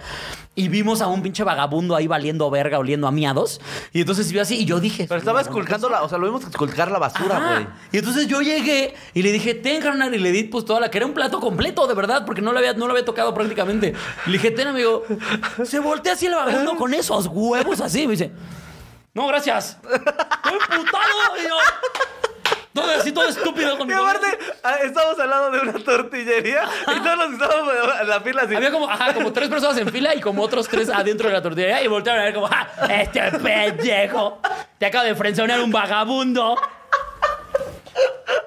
Y vimos a un pinche vagabundo ahí valiendo verga, oliendo a miados. Y entonces yo así. Y yo dije.
Pero estaba esculcando la. O sea, lo vimos esculcar la
Ajá.
basura, güey.
Y entonces yo llegué y le dije, ten, carnal, y le di pues toda la que era un plato completo, de verdad, porque no lo había, no lo había tocado prácticamente. Y le dije, ten, amigo, se voltea así el vagabundo con esos huevos así. Y me dice, no, gracias. ¡Estoy emputado! Y yo, todo así, todo estúpido con
Y
mi
aparte,
comida.
ah, estábamos al lado de una tortillería y todos nos estábamos en la fila así.
Había como, ajá, como tres personas en fila y como otros tres adentro de la tortillería y voltearon a ver como, ¡ah! ¡Este pendejo! Te acaba de frenzonear un vagabundo.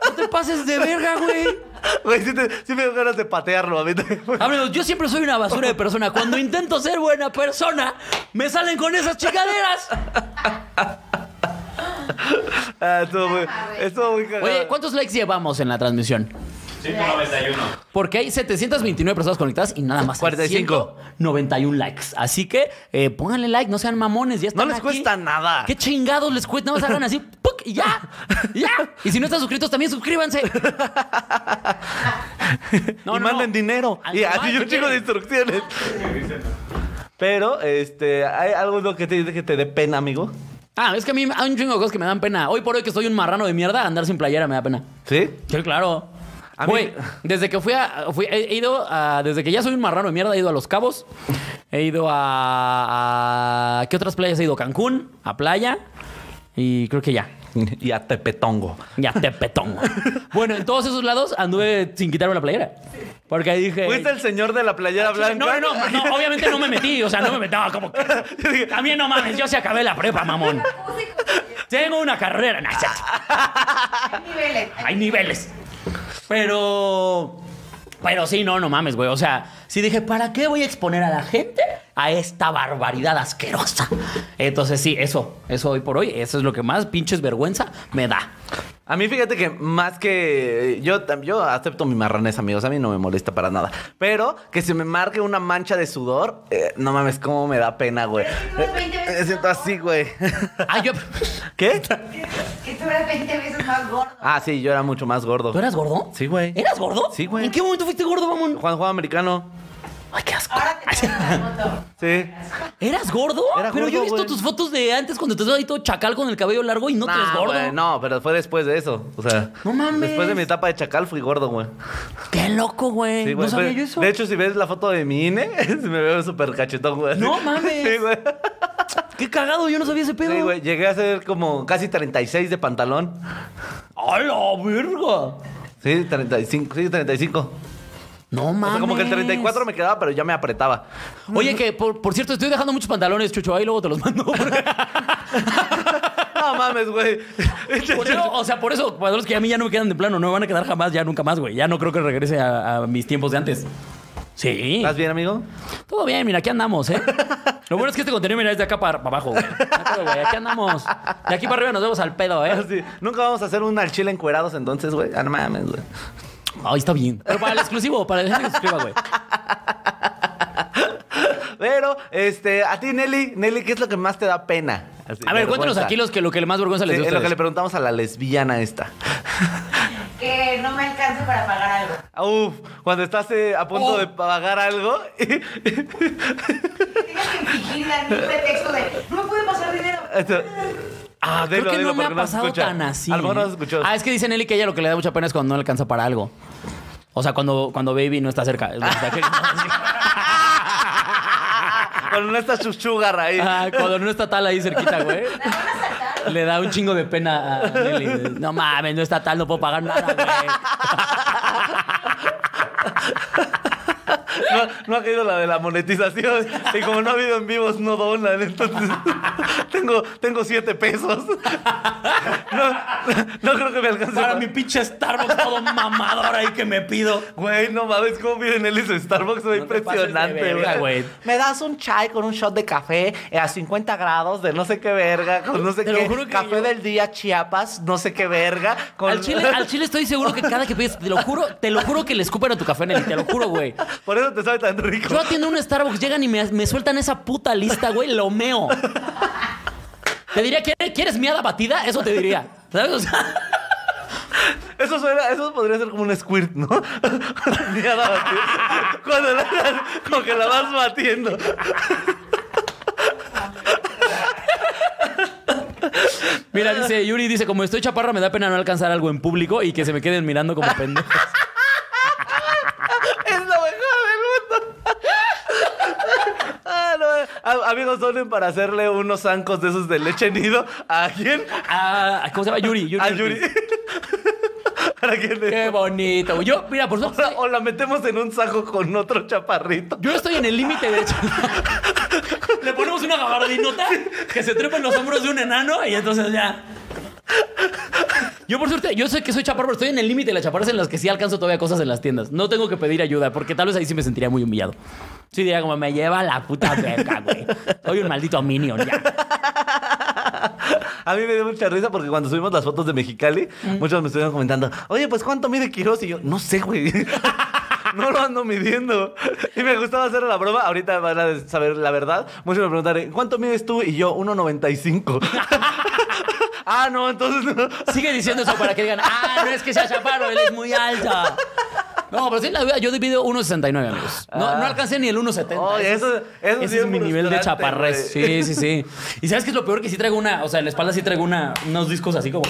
No te pases de verga, güey.
Güey, sí, te- sí me dio ganas de patearlo a mí.
Amigos, yo siempre soy una basura de persona. Cuando intento ser buena persona, me salen con esas chingaderas.
Ah, estuvo muy. Estuvo muy cagado.
Oye, ¿cuántos likes llevamos en la transmisión?
191.
Porque hay 729 personas conectadas y nada más.
45.
91 likes. Así que eh, pónganle like, no sean mamones. Ya
No
están
les
aquí.
cuesta nada.
¿Qué chingados les cuesta? Nada más hagan así, ¡puc! y ya, y ya. Y si no están suscritos, también suscríbanse.
y manden dinero.
Al
Y
tomar,
así
¿qué
un chico de
quieres?
instrucciones. Pero, este, ¿hay algo que te, que te dé pena, amigo?
Ah, es que a mí hay un chingo de cosas que me dan pena. Hoy por hoy que soy un marrano de mierda, andar sin playera me da pena.
¿Sí?
Sí, claro.
A mí-
Güey, desde que fui a. fui- he he ido a. Desde que ya soy un marrano de mierda, he ido a Los Cabos. He ido a. a- ¿Qué otras playas he ido? Cancún, a playa. Y creo que ya.
y a Tepetongo.
Ya te petongo. bueno, en todos esos lados anduve sin quitarme la playera. Porque ahí dije.
¿Fuiste el señor de la playera blanca?
No, no, no, no, obviamente no me metí, o sea, no me metí, no, como que- También no mames, yo se acabé la prepa, mamón. Tengo una carrera, no, es cierto,
Hay niveles.
hay niveles. Pero pero sí, no, no mames, güey, o sea, sí dije, ¿para qué voy a exponer a la gente a esta barbaridad asquerosa? Entonces sí, eso, eso hoy por hoy, eso es lo que más pinches vergüenza me da.
A mí fíjate que más que yo tam- yo acepto mi marranés, amigos, a mí no me molesta para nada, pero que se me marque una mancha de sudor, eh, no mames, cómo me da pena, güey.
Pero es que tú eres 20
Eh,
veces
Me siento
más
así, güey.
Ah, yo
¿Qué?
Que tú eras 20 veces más gordo.
Ah, sí, yo era mucho más gordo.
¿Tú eras gordo?
Sí, güey.
¿Eras gordo?
Sí, güey.
¿En qué momento fuiste gordo, mamón?
Juan Juan americano.
Ay, qué asco.
Ahora te pones la moto.
Sí.
¿Eras gordo?
Era
Pero yo he
gordo,
visto
güey.
tus fotos de antes cuando te estás ahí todo chacal con el cabello largo y no te ves gordo.
Ah, güey, no, pero fue después de eso, o sea,
No mames.
después de mi etapa de chacal fui gordo, güey.
Qué loco, güey.
Sí,
no
güey,
sabía
fue-
yo eso.
De hecho, si ves la foto de mi INE, me veo súper cachetón, güey.
No mames.
Sí, güey.
qué cagado, yo no sabía ese pedo.
Sí, güey, llegué a ser como casi 36 de pantalón.
¡A la verga!
Sí, 35, sí, 35.
No mames.
O sea, como que el 34 me quedaba, pero ya me apretaba.
Oye, que por, por cierto, estoy dejando muchos pantalones, Chucho. Ahí luego te los mando.
No mames, güey.
Por eso, o sea, por eso, pantalones que a mí ya no me quedan de plano. No me van a quedar jamás, ya nunca más, güey. Ya no creo que regrese a, a mis tiempos de antes. Sí.
¿Estás bien, amigo?
Todo bien, mira, aquí andamos, ¿eh? Lo bueno es que este contenido, mira, es de acá para, para abajo, güey. Ya todo, güey, Aquí andamos. De aquí para arriba nos vemos al pedo, ¿eh?
Ah, Sí. Nunca vamos a hacer un al chile encuerados entonces, güey. Ah, no mames, güey.
Ay, está bien. Pero para el exclusivo, para el gente que se suscriba, güey.
Pero, este, a ti, Nelly, Nelly, ¿qué es lo que más te da pena? Así,
A ver,
vergüenza.
cuéntanos aquí los que, lo que más vergüenza
Sí,
les dio
es
a
lo que le
ustedes.
preguntamos a la lesbiana esta.
Que no me alcanza para pagar algo.
Ah, Uf, cuando estás eh, a punto
Oh.
de pagar algo.
Que tengas que fingir la un pretexto de no me puede pasar dinero.
Esto-
Ah,
dilo,
creo que
dilo,
no me
porque
ha
se
pasado
escucha.
tan así.
A lo mejor no
¿eh?
se escuchó.
Ah, es que dice Nelly que a ella lo que le da mucha pena es cuando no alcanza para algo. O sea, cuando, cuando Baby no está cerca. O sea, que-
Con esta chuchugar ahí.
Ah, cuando no está tal ahí cerquita, güey. Le da un chingo de pena a Nelly. No mames, no está tal, no puedo pagar nada, güey.
No, no ha caído la de la monetización. Y como no ha habido en vivos, no donan. Entonces, tengo, tengo siete pesos. No, no creo que me alcance.
Para
pa-
mi pinche Starbucks todo mamador ahí que me pido.
Güey, no mames, cómo viven él y su Starbucks. Fue
No te pases de
impresionante,
verga,
güey.
güey.
Me das un chai con un shot de café eh, a 50 grados de no sé qué verga, con no sé
Te lo
qué.
juro que
café
yo-
del día Chiapas, no sé qué verga. Con...
Al chile, al chile estoy seguro que cada que pides, te lo juro, te lo juro que le escupen a tu café, Nelly, te lo juro, güey.
Por eso te sabe tan rico.
Yo atiendo un Starbucks, llegan y me, me sueltan esa puta lista, güey, lo meo. Te diría, ¿quieres, ¿quieres miada batida? Eso te diría. ¿Sabes? O sea,
Eso suena, eso podría ser como un squirt, ¿no? Miada batida. Cuando la, como que la vas batiendo.
mira, dice Yuri, dice, como estoy chaparra, me da pena no alcanzar algo en público y que se me queden mirando como pendejos.
Es lo mejor del mundo. Ah, no, a- amigos, donen para hacerle unos zancos de esos de leche nido. ¿A quién?
Ah, ¿Cómo se llama? Yuri. Yuri
A
Ortiz.
Yuri. ¿Para quién le-
Qué bonito. güey. Yo, mira, por suerte,
O la metemos en un saco con otro chaparrito.
yo estoy en el límite de hecho. Le ponemos una gabardinota que se trepa en los hombros de un enano y entonces ya. Yo por suerte, yo sé que soy chaparro, pero estoy en el límite de las chaparras en las que sí alcanzo todavía cosas en las tiendas. No tengo que pedir ayuda, porque tal vez ahí sí me sentiría muy humillado. Sí, diría como, me lleva la puta verga, güey. Soy un maldito minion ya.
A mí me dio mucha risa porque cuando subimos las fotos de Mexicali, muchos me estuvieron comentando, oye, pues ¿cuánto mide Quiroz? Y yo, no sé, güey. No lo ando midiendo. Y me gustaba hacer la broma. Ahorita van a saber la verdad. Muchos me preguntaron, ¿cuánto mides tú? Y yo, 1,95. ah, no, entonces no.
Sigue diciendo eso para que digan, ah, no es que sea chaparro, él es muy alta. No, pero sí, la verdad, yo divido 1.69, amigos. No, no alcancé ni el 1.70.
Ah. Oye, eso, eso
Ese
sí
es mi nivel de
frustrante,
chaparrés.
güey.
Sí, sí, sí. Y sabes que es lo peor que sí traigo una, o sea, en la espalda sí traigo una, unos discos así como.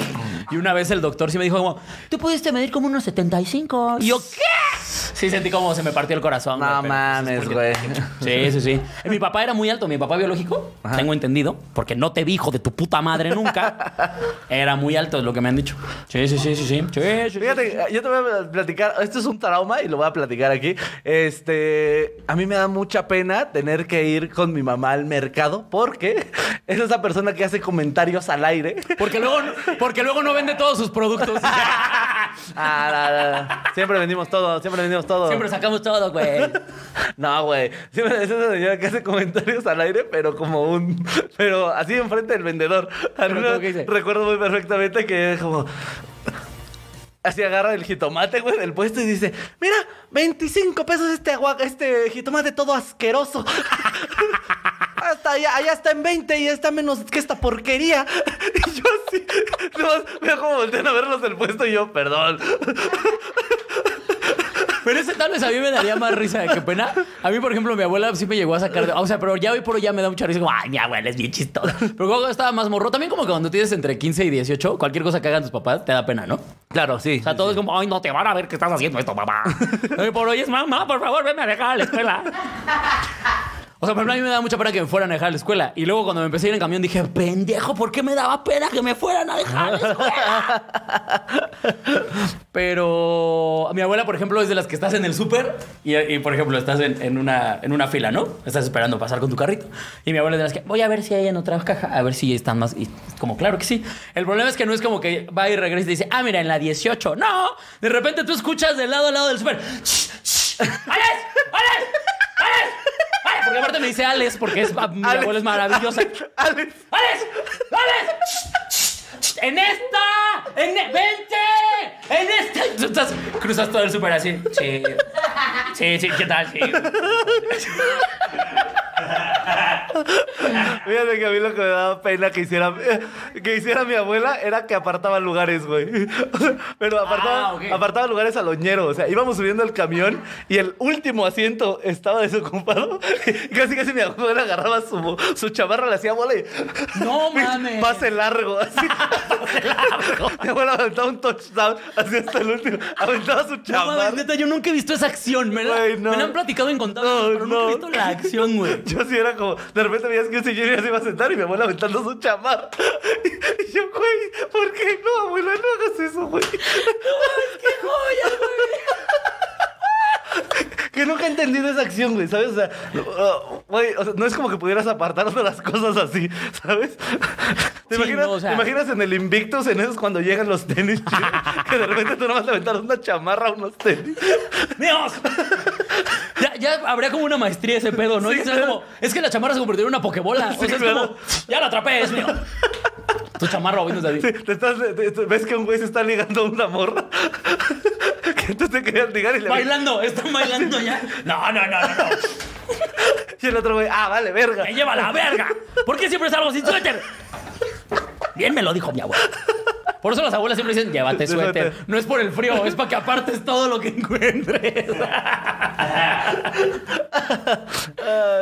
Y una vez el doctor sí me dijo como, tú pudiste medir como unos 75. Y yo, ¿qué? Sí, sentí como se me partió el corazón.
No
pero pues, es
mames,
porque-
güey.
Sí, sí, sí. Eh, Mi papá era muy alto, mi papá biológico,
Ajá.
tengo entendido, porque no te vi, hijo de tu puta madre nunca. Era muy alto, es lo que me han dicho. Sí, sí, sí, sí, sí. Sí, sí, sí.
Fíjate, yo te voy a platicar, esto es un trauma y lo voy a platicar aquí. Este, a mí me da mucha pena tener que ir con mi mamá al mercado porque es esa persona que hace comentarios al aire.
Porque luego, porque luego no vende todos sus productos.
Ah, no, no, no. Siempre vendimos todo, siempre vendimos todo.
Siempre sacamos todo, güey.
No, güey. Siempre es esa señora que hace comentarios al aire, pero como un. Pero así enfrente del vendedor. Alguna
¿cómo que dice?
recuerdo muy perfectamente que es como. Así agarra el jitomate, güey, del puesto y dice: Mira, 25 pesos este agua, este jitomate todo asqueroso. Hasta allá, allá está en 20 y está menos que esta porquería. Y yo así, nomás veo como voltean a verlos del puesto y yo, perdón.
Pero ese tal vez a mí me daría más risa que pena. A mí, por ejemplo, mi abuela sí me llegó a sacar. de- O sea, pero ya hoy por hoy ya me da mucha risa. Como, ay, mi abuela es bien chistosa. Pero cuando estaba más morro, también como que cuando tienes entre 15 y 18, cualquier cosa que hagan tus papás te da pena, ¿no?
Claro, sí.
O sea, todo es como, ay, no te van a ver que estás haciendo esto, mamá. Hoy por hoy es mamá, por favor, venme a dejar a la escuela. O sea, por ejemplo, a mí me daba mucha pena que me fueran a dejar a la escuela. Y luego cuando me empecé a ir en camión dije, pendejo, ¿por qué me daba pena que me fueran a dejar a la escuela? Pero mi abuela, por ejemplo, es de las que estás en el súper y, y, por ejemplo, estás en, en una, en una fila, ¿no? Estás esperando pasar con tu carrito. Y mi abuela es de las que, voy a ver si hay en otra caja, a ver si están más... Y como, claro que sí. El problema es que no es como que va y regresa y te dice, ah, mira, en la 18. No, de repente tú escuchas del lado al lado del súper. "Shh, shh, ¡Alex! ¡Alex! ¡Alex! ¡Alex! Porque aparte me dice Alex porque es, mi
Alex.
abuela es maravillosa.
Alex.
¡Alex! ¡Alex! ¡En esta! ¡En e- ¡Vente! ¡En esta! Y Tú estás, cruzas todo el súper así. Sí. Sí, sí, ¿qué tal? Sí.
Fíjate que a mí lo que me daba pena que hiciera, que hiciera mi abuela era que apartaba lugares, güey. O sea, Pero apartaba,
Ah, ok.
apartaba lugares al oñero. O sea, íbamos subiendo el camión y el último asiento estaba desocupado. Casi, casi mi abuela agarraba su, su chamarra, le hacía bola y...
No mames.
Pase largo, así. Mi abuela aventaba un touchdown, así hasta el último. Aventaba su
No mames,
chamarra.
neta, yo nunca he visto esa acción. Me la,
Güey, no.
me la han platicado en contables,
No,
pero nunca
no.
he visto la acción, güey.
Yo sí era como, de repente veías que un señor ya se iba a sentar y mi abuela aventando su chamar. Y yo, güey, ¿por qué no, abuela? No hagas eso, güey.
¡Qué joya, güey!
Que nunca he entendido esa acción, güey, ¿sabes? O sea, no, uh, güey, o sea, no es como que pudieras apartar de las cosas así, ¿sabes? ¿Te,
Sí,
imaginas,
no, o sea-
te imaginas en el Invictus, en esos cuando llegan los tenis, chidos, que de repente tú nomás te aventaron una chamarra a unos tenis?
¡Dios! Ya, ya habría como una maestría ese pedo, ¿no?
Sí,
Y será
claro.
como, es que la chamarra se convirtió en una pokebola. o
Sí,
sea, es
claro.
como, ya la atrapé, es mío. Tu chamarra, hoy nos da
Sí, te estás, te- te- ¿Ves que un güey se está ligando a una morra? que tú te querías ligar y le
Bailando, están bailando ya. No, no, no, no, no.
Y el otro güey, ah, vale, verga.
Me lleva a la verga. ¿Por qué siempre salgo sin suéter? Bien me lo dijo mi abuela. Por eso las abuelas siempre dicen, llévate suéter. No es por el frío, es para que apartes todo lo que encuentres.
Ah,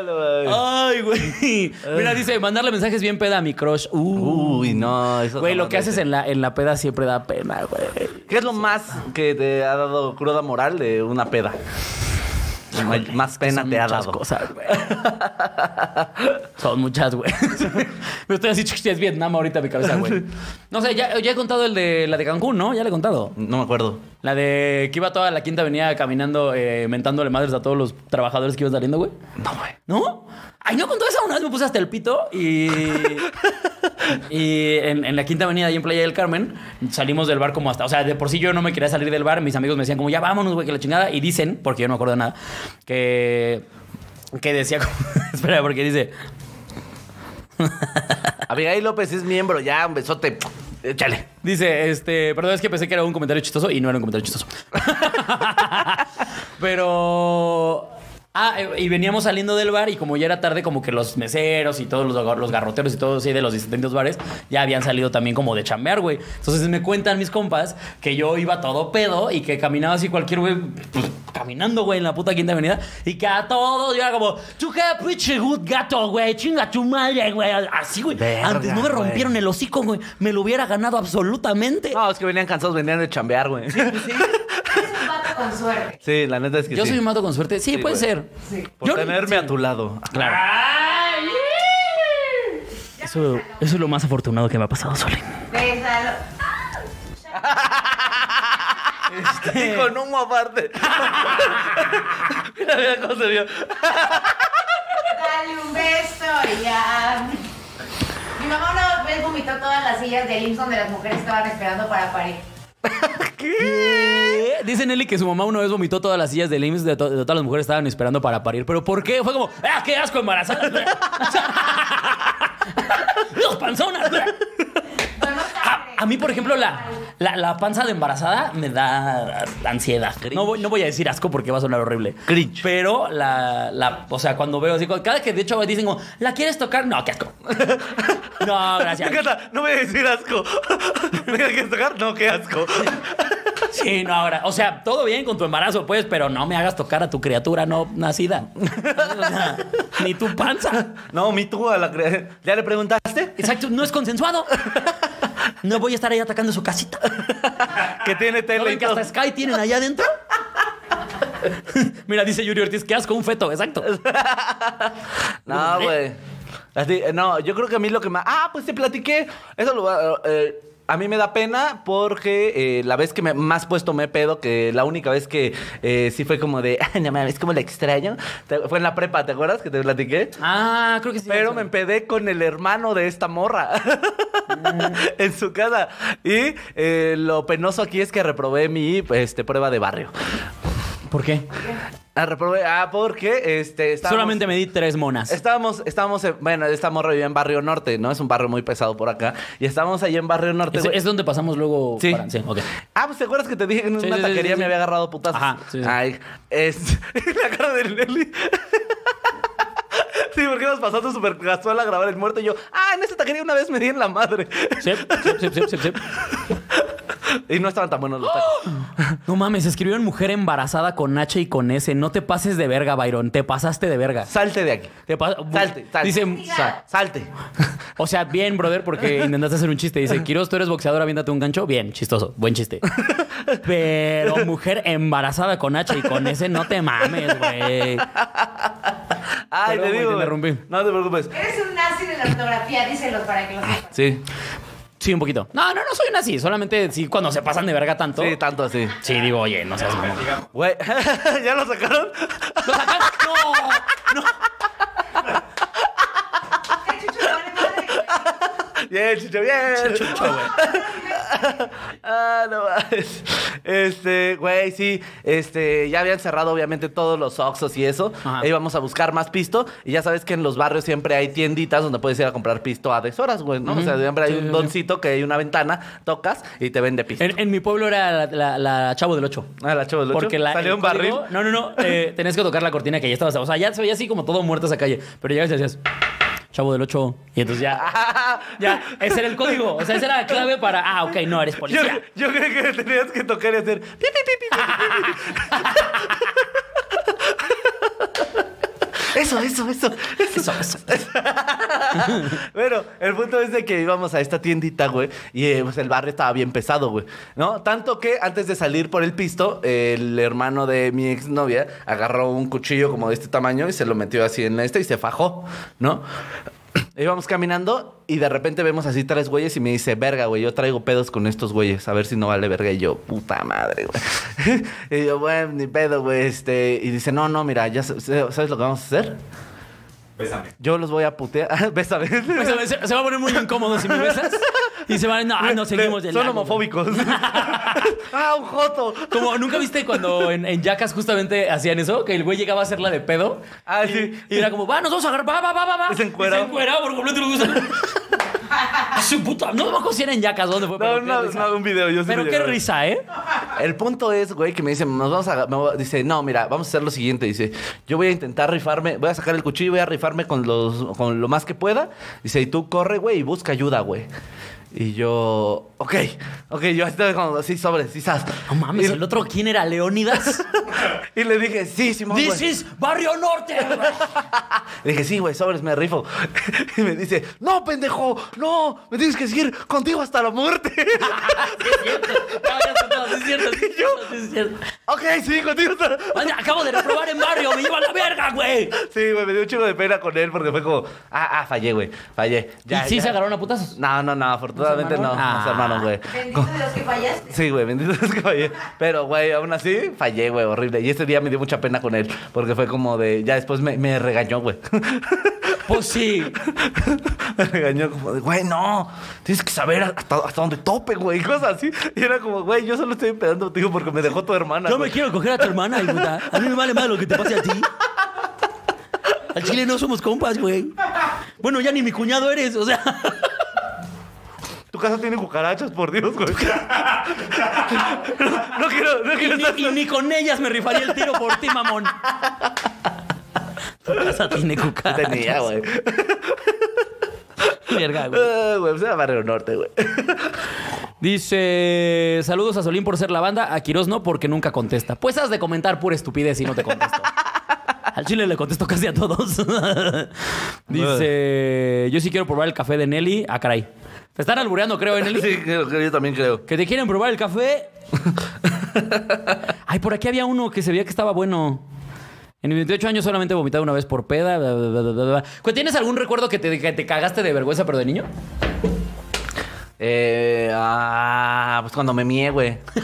no mames.
Ay, güey. Mira, dice, mandarle mensajes bien peda a mi crush. Uh.
Uy, no, eso
Güey,
no
lo que haces en la, en la peda siempre da pena, güey.
¿Qué es lo más que te ha dado cruda moral de una peda? más pena
Son
te ha
muchas
dado.
cosas, güey. Son muchas, güey. Me estoy así, chuch, es Vietnam ahorita mi cabeza, güey. No sé, ya, ya he contado el de la de Cancún, ¿no? Ya le he contado.
No me acuerdo.
La de que iba toda la quinta avenida caminando, eh, mentándole madres a todos los trabajadores que iban saliendo, güey.
No, güey.
¿No? Ay, no, con todo eso una vez me puse hasta el pito y. y en, en la quinta avenida, ahí en Playa del Carmen, salimos del bar como hasta. O sea, de por sí yo no me quería salir del bar. Mis amigos me decían, como, ya vámonos, güey, que la chingada. Y dicen, porque yo no me acuerdo de nada, que. Que decía como. espera, porque dice.
Abigail López es miembro, ya, un besote. Échale.
Dice, este, perdón, es que pensé que era un comentario chistoso y no era un comentario chistoso. Pero. Ah, eh, y veníamos saliendo del bar y como ya era tarde, como que los meseros y todos los, gar- los garroteros y todos así de los distintos bares ya habían salido también como de chambear, güey. Entonces me cuentan mis compas que yo iba todo pedo y que caminaba así cualquier güey, pues, caminando, güey, en la puta quinta avenida y que a todos yo era como, tú qué pinche good gato, güey, chinga tu madre, güey. Así, güey.
Verga,
Antes no me
güey.
rompieron el hocico, güey. Me lo hubiera ganado absolutamente.
No, es que venían cansados, venían de chambear, güey.
Esos vatos mata con suerte.
Sí, la neta es que
pues Yo
sí.
soy un mato con suerte. Sí,
Sí,
puede
güey.
ser.
Por
Yo-
tenerme
sí.
a tu lado.
Claro.
Eso, eso es lo más afortunado que me ha pasado, Sole.
Bésalo.
Este,
Y con humo aparte. Mira, mira cómo se vio.
Dale un beso y ya. Mi mamá una vez vomitó todas las sillas del IMSS donde las mujeres estaban esperando para parir.
¿Qué? Dice Nelly que su mamá una vez vomitó todas las sillas del IMSS de, to- de todas las mujeres estaban esperando para parir. ¿Pero por qué? Fue como, ¡ah, qué asco embarazada! ¡Los panzonas!
Bueno, sangre.
A, a mí, por ejemplo, la, la, la panza de embarazada me da ansiedad. No voy, no voy a decir asco porque va a sonar horrible.
Cringe.
Pero la, la- o sea, cuando veo así, cada que de hecho dicen como, ¿la quieres tocar? No, qué asco. No,
Me
gracias.
encanta. No voy a decir asco. ¿Me quieres tocar? No, qué asco.
Sí, no, ahora. O sea, todo bien con tu embarazo, pues, pero no me hagas tocar a tu criatura no nacida. O sea, ni tu panza.
No, mi tú a la cre- ¿Ya le preguntaste?
Exacto, no es consensuado. No voy a estar ahí atacando su casita.
Que tiene
¿No
tele y
ven que hasta
todo.
Sky tienen allá adentro? Mira, dice Yuri Ortiz, qué asco, un feto, exacto.
No, güey. Así, eh, no, yo creo que a mí lo que más. Ah, pues te platiqué. Eso lo va- eh, A mí me da pena porque eh, la vez que me, más pues tomé pedo, que la única vez que eh, sí fue como de, ay, no mames, como la extraño, Te- fue en la prepa, ¿te acuerdas que te platiqué?
Ah, creo que sí.
Pero me empedé con el hermano de esta morra
Mm.
en su casa. Y eh, lo penoso aquí es que reprobé mi este, prueba de barrio.
¿Por qué?
Ah, reprobé, ah, porque este, estábamos-
Solamente me di tres monas.
Estábamos, estábamos, en- bueno, esta morra vivía en Barrio Norte, ¿no? Es un barrio muy pesado por acá. Y estábamos ahí en Barrio Norte,
Es,
güey.
es donde pasamos luego.
Sí.
para- sí, ok.
Ah, pues te acuerdas que te dije que en
Sí,
una
sí, sí,
taquería
sí, sí.
me había agarrado putazos.
Ajá, sí, sí.
Ay, es la cara de Nelly. Sí, porque ibas pasando súper casual a grabar el muerto y yo, ah, en esta taquería una vez me di en la madre.
Sep, sep, sep, sep, sep, sep.
Y no estaban tan buenos los tacos.
No mames, escribieron mujer embarazada con H y con S. No te pases de verga, Byron. Te pasaste de verga.
Salte de aquí.
Te pas-
Salte, salte.
Dice,
Sa- salte.
o sea, bien, brother, porque intentaste hacer un chiste. Dice, Quiroz, tú eres boxeador, aviéntate un gancho. Bien, chistoso, buen chiste. Pero mujer embarazada con H y con S, no te mames, güey.
Ay, te
Perdón,
digo.
güey, te
güey.
interrumpí.
No te preocupes.
Eres un nazi de la ortografía, díselo para que lo sepas.
Sí.
Sí, un poquito. No, no, no soy una así. Solamente sí, cuando se pasan de verga tanto.
Sí, tanto así.
Sí, digo, oye, no seas mamón.
Güey, ¿ya lo sacaron?
¡Lo sacaron! ¡No!
Ay, Chucho, vale madre.
Bien, Chucho, bien. Ah, no mames. Este, güey, sí. Este, ya habían cerrado obviamente todos los Oxxos y eso.
Ajá.
E íbamos a buscar más pisto. Y ya sabes que en los barrios siempre hay tienditas donde puedes ir a comprar pisto a deshoras, güey, ¿no? O sea, siempre hay
Sí, sí,
un
sí.
doncito que hay una ventana, tocas y te vende pisto.
En, en mi pueblo era la, la- la Chavo del Ocho.
Ah, la chavo del ocho.
Porque la,
Salió
el
un barril.
código- No, no, no. eh, tenías que tocar la cortina que ya estabas. O sea, ya se veía así como todo muerto esa calle. Pero llegabas y decías, chavo del 8. Y entonces ya.
Ah,
Ya, ese era el código. O sea, esa era la clave para. Ah, ok, no eres
Yo,
policía.
yo creí que tenías que tocar y hacer. pi, pi, pi, pi, pi, pi. Eso, eso, eso.
Eso, eso.
Bueno, el punto es de que íbamos a esta tiendita, güey, y eh, pues el barrio estaba bien pesado, güey, ¿no? Tanto que antes de salir por el pisto, el hermano de mi exnovia agarró un cuchillo como de este tamaño y se lo metió así en este y se fajó, ¿no? Íbamos caminando y de repente vemos así tres güeyes y me dice, verga, güey, yo traigo pedos con estos güeyes, a ver si no vale verga. Y yo, puta madre, güey. y yo, bueno, ni pedo, güey, este. Y dice, no, no, mira, ya sa- sabes lo que vamos a hacer.
Bésame.
Yo los voy a putear. Bésame.
O sea, se, se va a poner muy incómodo si me besas. Y se van, no, ah, no, seguimos del
Son
largo".
homofóbicos. ah, un joto.
Como nunca viste cuando en, en Jackass justamente hacían eso, que el güey llegaba a hacerla de pedo.
Ah, sí.
Y era como, va, nos vamos a agarrar, va, va, va, va, va.
Y se encueraba.
Y se encueraba por completo. y luego se- Su puta. No me acuerdo si era en Yacas, ¿dónde fue?
No,
pero qué
no,
risa.
no, un video. Yo sí
Pero
lo
qué
llegué a ver.
risa, ¿eh?
El punto es, güey, que me dice, nos vamos a. me voy- dice, no, mira, vamos a hacer lo siguiente. Dice, yo voy a intentar rifarme, voy a sacar el cuchillo y voy a rifarme con, los, con lo más que pueda. Dice, y tú corre, güey, y busca ayuda, güey. Y yo, ok, ok, yo estaba como así sobre, sí, sas.
No mames,
Y-
el otro, ¿quién era? ¿Leónidas?
Y le dije, sí, Simón.
This
güey. Ah,
is Barrio Norte. güey.
Le dije, sí, güey, sobres, me rifo. Y me dice, no, pendejo, no, me tienes que seguir contigo hasta la muerte.
Sí, es cierto. No, ya está todo, sí, es cierto, sí, es cierto, sí, es cierto.
ok, sí, contigo hasta la
Oye, Acabo de reprobar en barrio, me lleva a la verga, güey.
Sí, güey, me dio un chingo de pena con él porque fue como, ah, ah, fallé, güey, fallé. Ya,
¿Y sí
ya.
se agarraron a putazos?
No, no, no, afortunadamente no,
armaron?
no se hermano, güey.
Bendito de los que fallaste.
Sí, güey, bendito Dios que fallé. Pero, güey, aún así, fallé, güey, horrible. Y ese día me dio mucha pena con él, porque fue como de, ya después me, me regañó, güey.
Pues sí.
me regañó como de, güey, no, tienes que saber hasta, hasta dónde tope, güey, y cosas así. Y era como, güey, yo solo estoy empedando contigo porque me dejó tu hermana.
Yo me
güey".
quiero coger a tu hermana, puta. A mí me vale más lo que te pase a ti. Al chile no somos compas, güey. Bueno, ya ni mi cuñado eres, o sea.
Tu casa tiene cucarachas, por Dios, güey. no, no quiero, no
Y
quiero estar...
ni, y ni con ellas me rifaría el tiro por ti, mamón. Tu casa tiene cucarachas.
Tenía, güey.
Verga, güey.
Ah, Güey, pues era Barrio Norte, güey.
Dice, saludos a Solín por ser la banda, a Quirós no porque nunca contesta. Pues has de comentar pura estupidez y no te contesto. Al chile le contesto casi a todos. Dice, yo sí quiero probar el café de Nelly. Ah, caray. Te están albureando, creo, ¿eh, Nelly.
Sí, creo que yo también creo.
Que te quieren probar el café. Ay, por aquí había uno que se veía que estaba bueno. En mis 28 años solamente he vomitado una vez por peda. bla, bla, bla, bla, bla. Güey, ¿Tienes algún recuerdo que te, que te cagaste de vergüenza, pero de niño?
Eh, ah, pues cuando me mié, güey.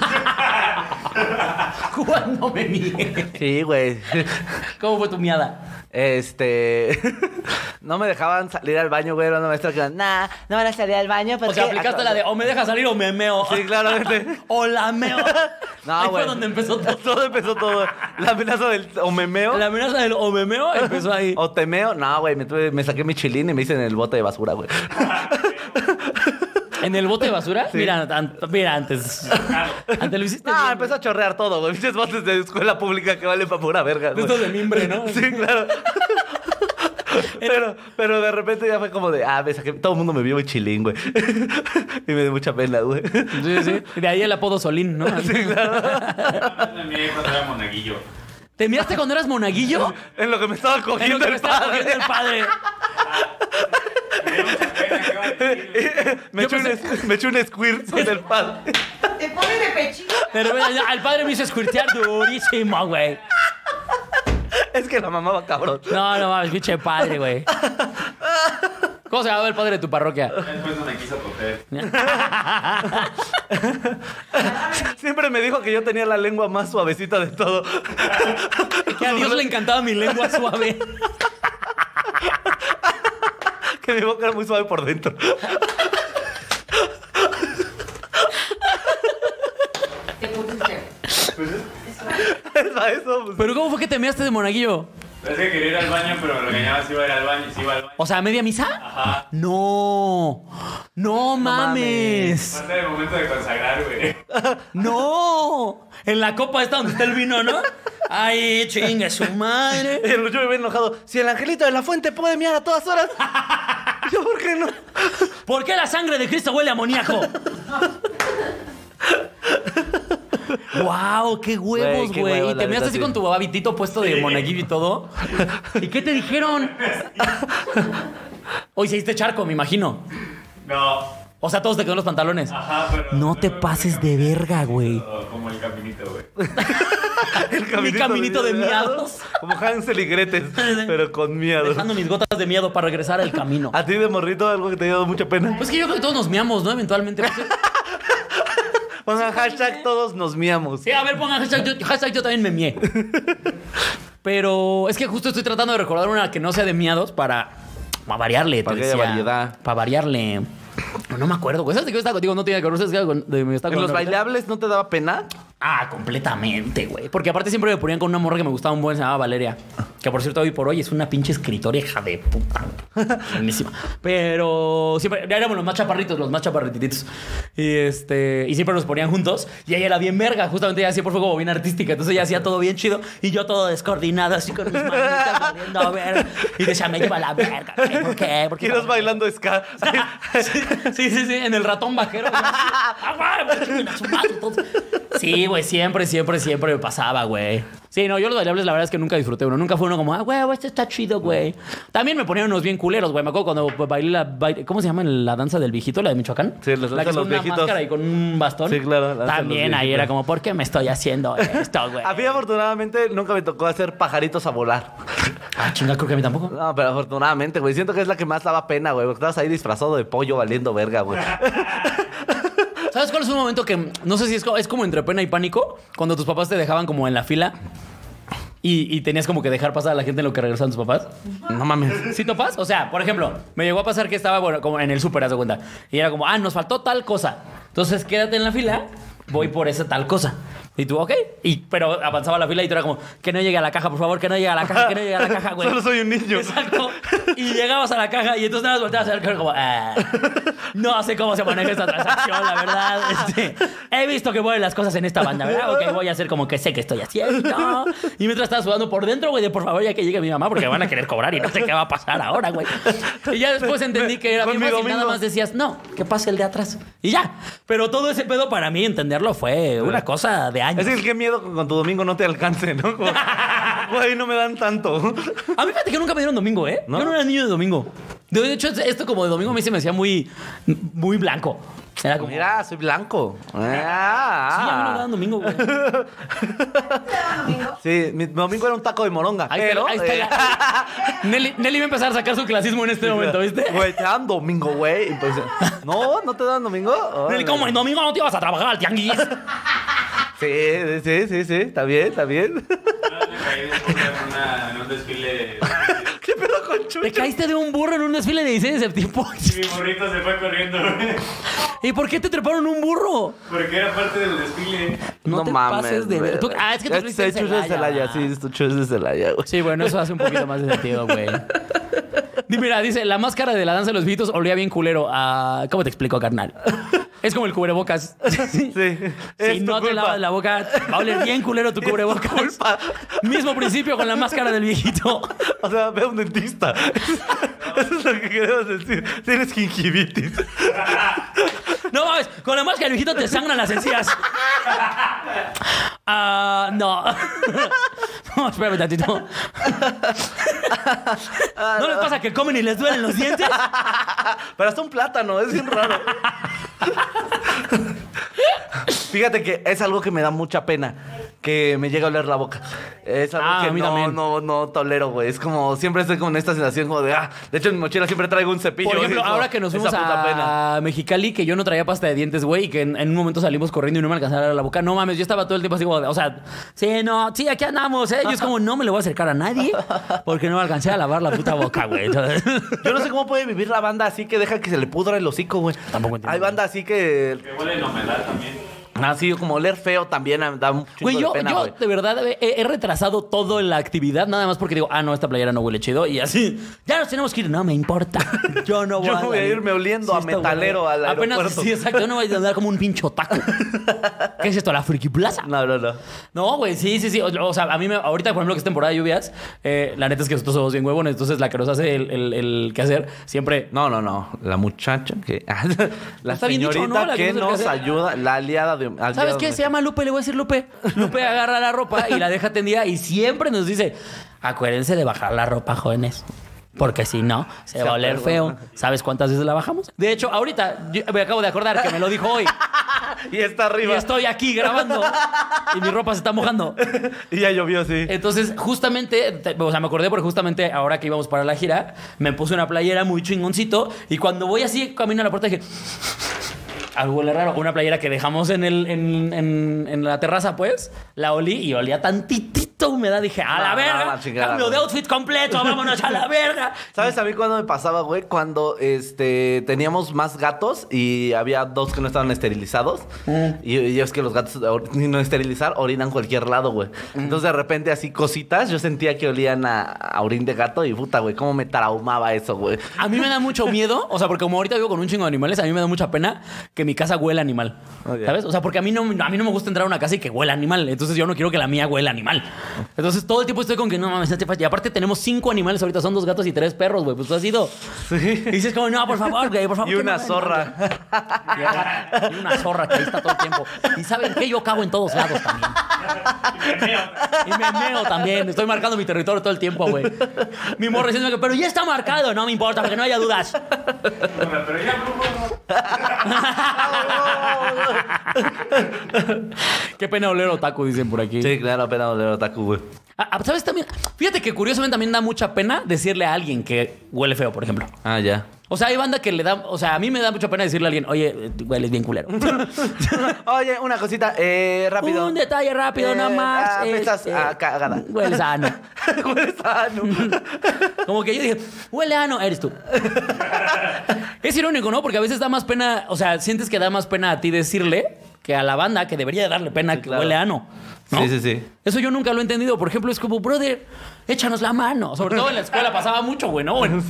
Cuando me mire.
Sí, güey.
¿Cómo fue tu miada?
Este. No me dejaban salir al baño, güey. Era una maestra que era, nah, no van a salir al baño.
O
porque
sea, aplicaste la de o me dejas salir o me meo.
Sí, claramente.
O la meo.
No,
Ahí fue
güey.
donde empezó todo.
Todo empezó todo. La amenaza del. O me meo.
La amenaza del o me meo empezó ahí.
O te meo. No, güey. Me, tuve- me saqué mi chilín y me hice en el bote de basura, güey.
¿En el bote de basura?
Sí.
Mira, an- mira, antes. Antes lo hiciste.
No,
bien,
empezó a chorrear todo, güey. Pinches botes de escuela pública que valen para pura verga,
De
güey.
estos de mimbre, ¿no?
Sí, claro. Pero, pero de repente ya fue como de, ah, me saqué, todo el mundo me vio muy chilín, güey. Y me dio mucha pena, güey.
Sí, sí. De ahí el apodo Solín, ¿no?
Me miré cuando era monaguillo.
¿Te miraste cuando eras monaguillo?
En lo que me estaba
Es lo
cogiendo
que me
el
estaba
padre.
cogiendo el padre.
Me dio mucha pena, ¿qué va a decir?
Me
Yo
eché, un, es- me eché un squirt con el padre.
Te pones de pechito.
De repente, ya, el padre me hizo squirtear durísimo, güey.
Es que la mamá va cabrón.
No, no mames, pinche padre, güey. ¿Cómo se llamaba el padre de tu parroquia?
Después no me quiso coger.
Siempre me dijo que yo tenía la lengua más suavecita de todo.
Que a Dios le encantaba mi lengua suave.
Que mi boca era muy suave por dentro.
Te pusiste.
Es a eso, pues.
Pero ¿cómo fue que te measte de monaguillo?
Es que quería ir al baño, pero me regañaba si iba a ir al baño, si iba al baño.
O sea, ¿a media misa?
Ajá.
No. No mames.
Falta el momento de consagrar, güey.
No. En la copa está donde está el vino, ¿no? Ay, chinga su madre.
El Lucho me ve enojado. Si el angelito de la fuente puede miar a todas horas. Yo, ¿por qué no?
¿Por qué la sangre de Cristo huele a amoníaco? ¡Wow! ¡Qué
Güey,
huevos,
qué
güey!
huevos,
Y
la
te measte
neta,
así
sí.
con tu babitito puesto de monaguillo y todo. ¿Y qué te dijeron? Hoy se hiciste charco, me imagino.
No.
O sea, todos te quedaron los pantalones.
Ajá, pero.
No te
fue
pases
como el
de verga, güey.
caminito, Como el caminito, güey.
El
Mi caminito de miados.
Como Hansel y Gretel, pero con miados.
Dejando mis gotas de miedo para regresar al camino.
¿A ti de morrito algo que te haya dado mucha pena?
Pues que yo creo que todos nos miamos, ¿no? Eventualmente.
Pongan hashtag todos nos miamos.
Sí, a ver, pongan hashtag yo, hashtag yo también me mié. Pero es que justo estoy tratando de recordar una que no sea de miados para, para variarle.
Para que haya variedad.
Para variarle. No, no me acuerdo, güey. ¿Sabes de qué está contigo? No tiene que ver. ¿sabes de qué me está
¿En los
acordando ahorita?
bailables no te daba pena?
Ah, completamente, güey. Porque aparte siempre me ponían con una morra que me gustaba un buen, se llamaba Valeria. Que por cierto, hoy por hoy es una pinche escritora hija de puta. güey. Buenísima. Pero siempre ya éramos los más chaparritos, los más chaparrititos. Y este, y siempre nos ponían juntos. Y ella era bien verga, justamente ella siempre fue como bien artística. Entonces ella hacía todo bien chido. Y yo todo descoordinado, así con mis manitas valiendo a ver. Y decía, me lleva la verga. güey, ¿Por qué? ¿Por qué?
Y nos bailando ska.
sí, sí, sí, sí, en el ratón bajero. güey. Ah, güey, chinguen a su madre, entonces. Sí, güey, siempre, siempre, siempre me pasaba, güey. Sí, no, yo los bailables la verdad es que nunca disfruté uno. Nunca fue uno como, ah, güey, este está chido, güey. También me ponían unos bien culeros, güey. Me acuerdo cuando bailé la... baile- ¿Cómo se llama la danza del viejito? ¿La de Michoacán?
Sí, la danza
que
de
es
los
una
viejitos.
máscara y con un bastón.
Sí, claro, la danza de los
También ahí
viejitos.
era como, ¿por qué me estoy haciendo esto, güey?
A mí afortunadamente nunca me tocó hacer pajaritos a volar.
Ah, chinga, creo que a mí tampoco.
No, pero afortunadamente, güey. Siento que es la que más daba pena, güey. Porque estabas ahí disfrazado de pollo valiendo verga, güey.
Ah, ¿Sabes cuál es un momento que no sé si es, co- es como entre pena y pánico? Cuando tus papás te dejaban como en la fila y, y tenías como que dejar pasar a la gente en lo que regresaban tus papás.
No mames.
¿Sí topas? O sea, por ejemplo, me llegó a pasar que estaba bueno, como en el súper, haz de cuenta. Y era como, ah, nos faltó tal cosa. Entonces quédate en la fila, voy por esa tal cosa. Y tú, ok. Y, pero avanzaba la fila y tú era como, que no llegue a la caja, por favor, que no llegue a la caja, que no llegue a la caja, güey.
Solo soy un niño.
Exacto. Y llegabas a la caja y entonces nada más volteabas a ver como, "Ah, no sé cómo se maneja esta transacción, la verdad. Este, he visto que mueven las cosas en esta banda, ¿verdad? Ok, voy a hacer como que sé que estoy haciendo. Y mientras estaba sudando por dentro, güey, de por favor ya que llegue mi mamá porque van a querer cobrar y no sé qué va a pasar ahora, güey. Y ya después entendí que era
Con
bien
mi
fácil, nada
domingo.
más decías, no, que pase el de atrás. Y ya. Pero todo ese pedo para mí entenderlo fue una cosa de años.
Es decir, qué miedo que con tu domingo no te alcance, ¿no? Como, Güey, no me dan tanto.
A mí fíjate que nunca me dieron domingo, ¿eh?
¿No?
Yo no era niño de domingo. De hecho, esto como de domingo a mí se me hacía muy, muy blanco. Era como...
Mira, soy blanco.
Sí, a mí no me daban
Ah.
domingo, güey.
domingo?
Sí, mi domingo era un taco de moronga.
Ahí
pero,
está, ahí está
eh,
la- Nelly, Nelly va a empezar a sacar su clasismo en este momento, ¿viste?
Güey, te dan domingo, güey. Y pues, no, no te dan domingo.
Nelly,
Órale.
¿cómo en domingo no te ibas a trabajar al tianguis?
Sí, sí, sí, sí. Está bien, está bien.
Ah, me caí de burro en una- en un desfile.
¿Qué pedo con Chucho?
Te caíste de un burro en un desfile de 16 de septiembre.
Y mi burrito se fue corriendo, güey,
¿Y por qué te treparon un burro?
Porque era parte del desfile.
No te pases de ver-
güey.
tú- ah, es que tú
Este
fuiste de
Chucho es de
Celaya.
Celaya, sí, este Chucho es de Celaya, güey.
Sí, bueno, eso hace un poquito más de sentido, güey. Di- Mira, dice, la máscara de la danza de los vitos olía bien culero. Ah, ¿Cómo te explico, carnal? Es como el cubrebocas.
Sí.
Sí. Si
es tu
no te
culpa.
lavas la boca, va a oler bien culero tu cubrebocas.
culpa.
Mismo principio con la máscara del viejito.
O sea, ve a un dentista. Eso es lo que queremos decir. Tienes gingivitis.
No mames, con la máscara del viejito te sangran las encías. Ah, no. No, espérame tantito.
Ah,
¿No les pasa que comen y les duelen los dientes?
Pero hasta un plátano, es bien raro. Fíjate que es algo que me da mucha pena. Que me llega a oler la boca. Es algo
Ah,
que
a mí
no,
también.
no, no tolero, güey. Es como, siempre estoy con esta sensación como de, ah, de hecho en mi mochila siempre traigo un cepillo.
Por ejemplo,
Es como,
ahora que nos
esa
fuimos
puta pena.
a Mexicali, que yo no traía pasta de dientes, güey, y que en, en un momento salimos corriendo y no me alcanzaba a dar la boca. No mames, yo estaba todo el tiempo así, como, o sea, sí, no, sí, aquí andamos, ¿eh? Yo es como, no me le voy a acercar a nadie porque no me alcancé a lavar la puta boca, güey. Entonces,
Yo no sé cómo puede vivir la banda así que deja que se le pudra el hocico, güey.
Tampoco entiendo.
Hay banda así que
Que huele en humedad también.
Así como oler feo también ah, da un chingo
Güey, yo,
de pena,
yo
güey.
de verdad he, he retrasado toda la actividad, nada más porque digo, ah, no, esta playera no huele chido, y así, ya nos tenemos que ir, no me importa. Yo no voy
Yo
a.
voy a
salir.
irme oliendo a
está
metalero
bueno.
al
Apenas,
aeropuerto.
sí, exacto, yo no voy a andar como un pincho taco. ¿Qué es esto, la Friki Plaza?
No, no, no.
No, güey, sí, sí, sí. O, o sea, a mí, me, ahorita, por ejemplo, que es temporada de lluvias, eh, la neta es que nosotros somos bien huevones, entonces la que nos hace el, el, el quehacer siempre.
No, no, no. La muchacha que. la
Está bien dicho,
señorita
¿no? La que
que,
no
nos
se alcanza.
ayuda. La aliada de.
¿Sabes qué? Se llama Lupe, le voy a decir Lupe. Lupe agarra la ropa y la deja tendida y siempre nos dice, acuérdense de bajar la ropa, jóvenes. Porque si no, se, va a oler feo. ¿Sabes cuántas veces la bajamos? De hecho, ahorita yo me acabo de acordar que me lo dijo hoy.
Y está
Y
arriba. Y,
estoy aquí grabando y mi ropa se está mojando.
ya llovió así.
Entonces, justamente, te- o sea, me acordé porque justamente ahora que íbamos para la gira, me puse una playera muy chingoncito y cuando voy así, camino a la puerta dije... Algo huele raro. Una playera que dejamos en, el, en, en- en la terraza, pues, la olí y olía tantitito
maldita humedad. Dije, a la
No,
verga,
no, la chingada,
cambio de
güey.
outfit completo, vámonos a la verga.
¿Sabes a mí cuándo me pasaba, güey? Cuando este, teníamos más gatos y había dos que no estaban esterilizados. Y, y es que los gatos, or- sin no esterilizar, orinan cualquier lado, güey. Entonces, de repente, así cositas, yo sentía que olían a, a orín de gato y puta, güey, cómo me traumaba eso, güey.
A mí me da mucho miedo, o sea, porque como ahorita vivo con un chingo de animales, a mí me da mucha pena que mi casa huela animal.
Oh, ya.
¿Sabes? O sea, porque a mí no a mí no me gusta entrar a una casa y que huela animal, entonces yo no quiero que la mía huela animal. Entonces todo el tiempo estoy con que no mames, no te pases. y aparte tenemos cinco animales ahorita, son dos gatos y tres perros, güey, pues tú has ido. Y dices como, "No, por favor, güey, por favor."
Y
que
una
no-
zorra.
Y una zorra que ahí está todo el tiempo. Y saben que yo cago en todos lados también. Y me meo también. Estoy marcando mi territorio todo el tiempo, güey. Mi morra diciéndome que, pero ya está marcado. No me importa, para que no haya dudas.
Pero ya, ¿cómo no?
Ah,
Qué pena oler otaku, dicen por aquí.
Sí, claro, apenas oler otaku, güey.
Ah, ah, ¿Sabes también? Fíjate que curiosamente también da mucha pena decirle a alguien que huele feo, por ejemplo.
Ah, ya.
O sea, hay banda que le da... O sea, a mí me da mucha pena decirle a alguien, oye, eh, tú hueles bien culero.
Oye, una cosita, eh, rápido.
Un detalle rápido,
Eh,
nada más.
ah, apestas
este,
a cagada.
Hueles a ano.
Hueles a ano.
Como que yo dije, huele a ano, eres tú. es irónico, ¿no? Porque a veces da más pena, o sea, sientes que da más pena a ti decirle que a la banda que debería darle pena que
claro.
huele a ano. ¿no?
Sí, sí, sí.
Eso yo nunca lo he entendido. Por ejemplo, es como, brother, échanos la mano. Sobre todo en la escuela pasaba mucho, güey, ¿no? En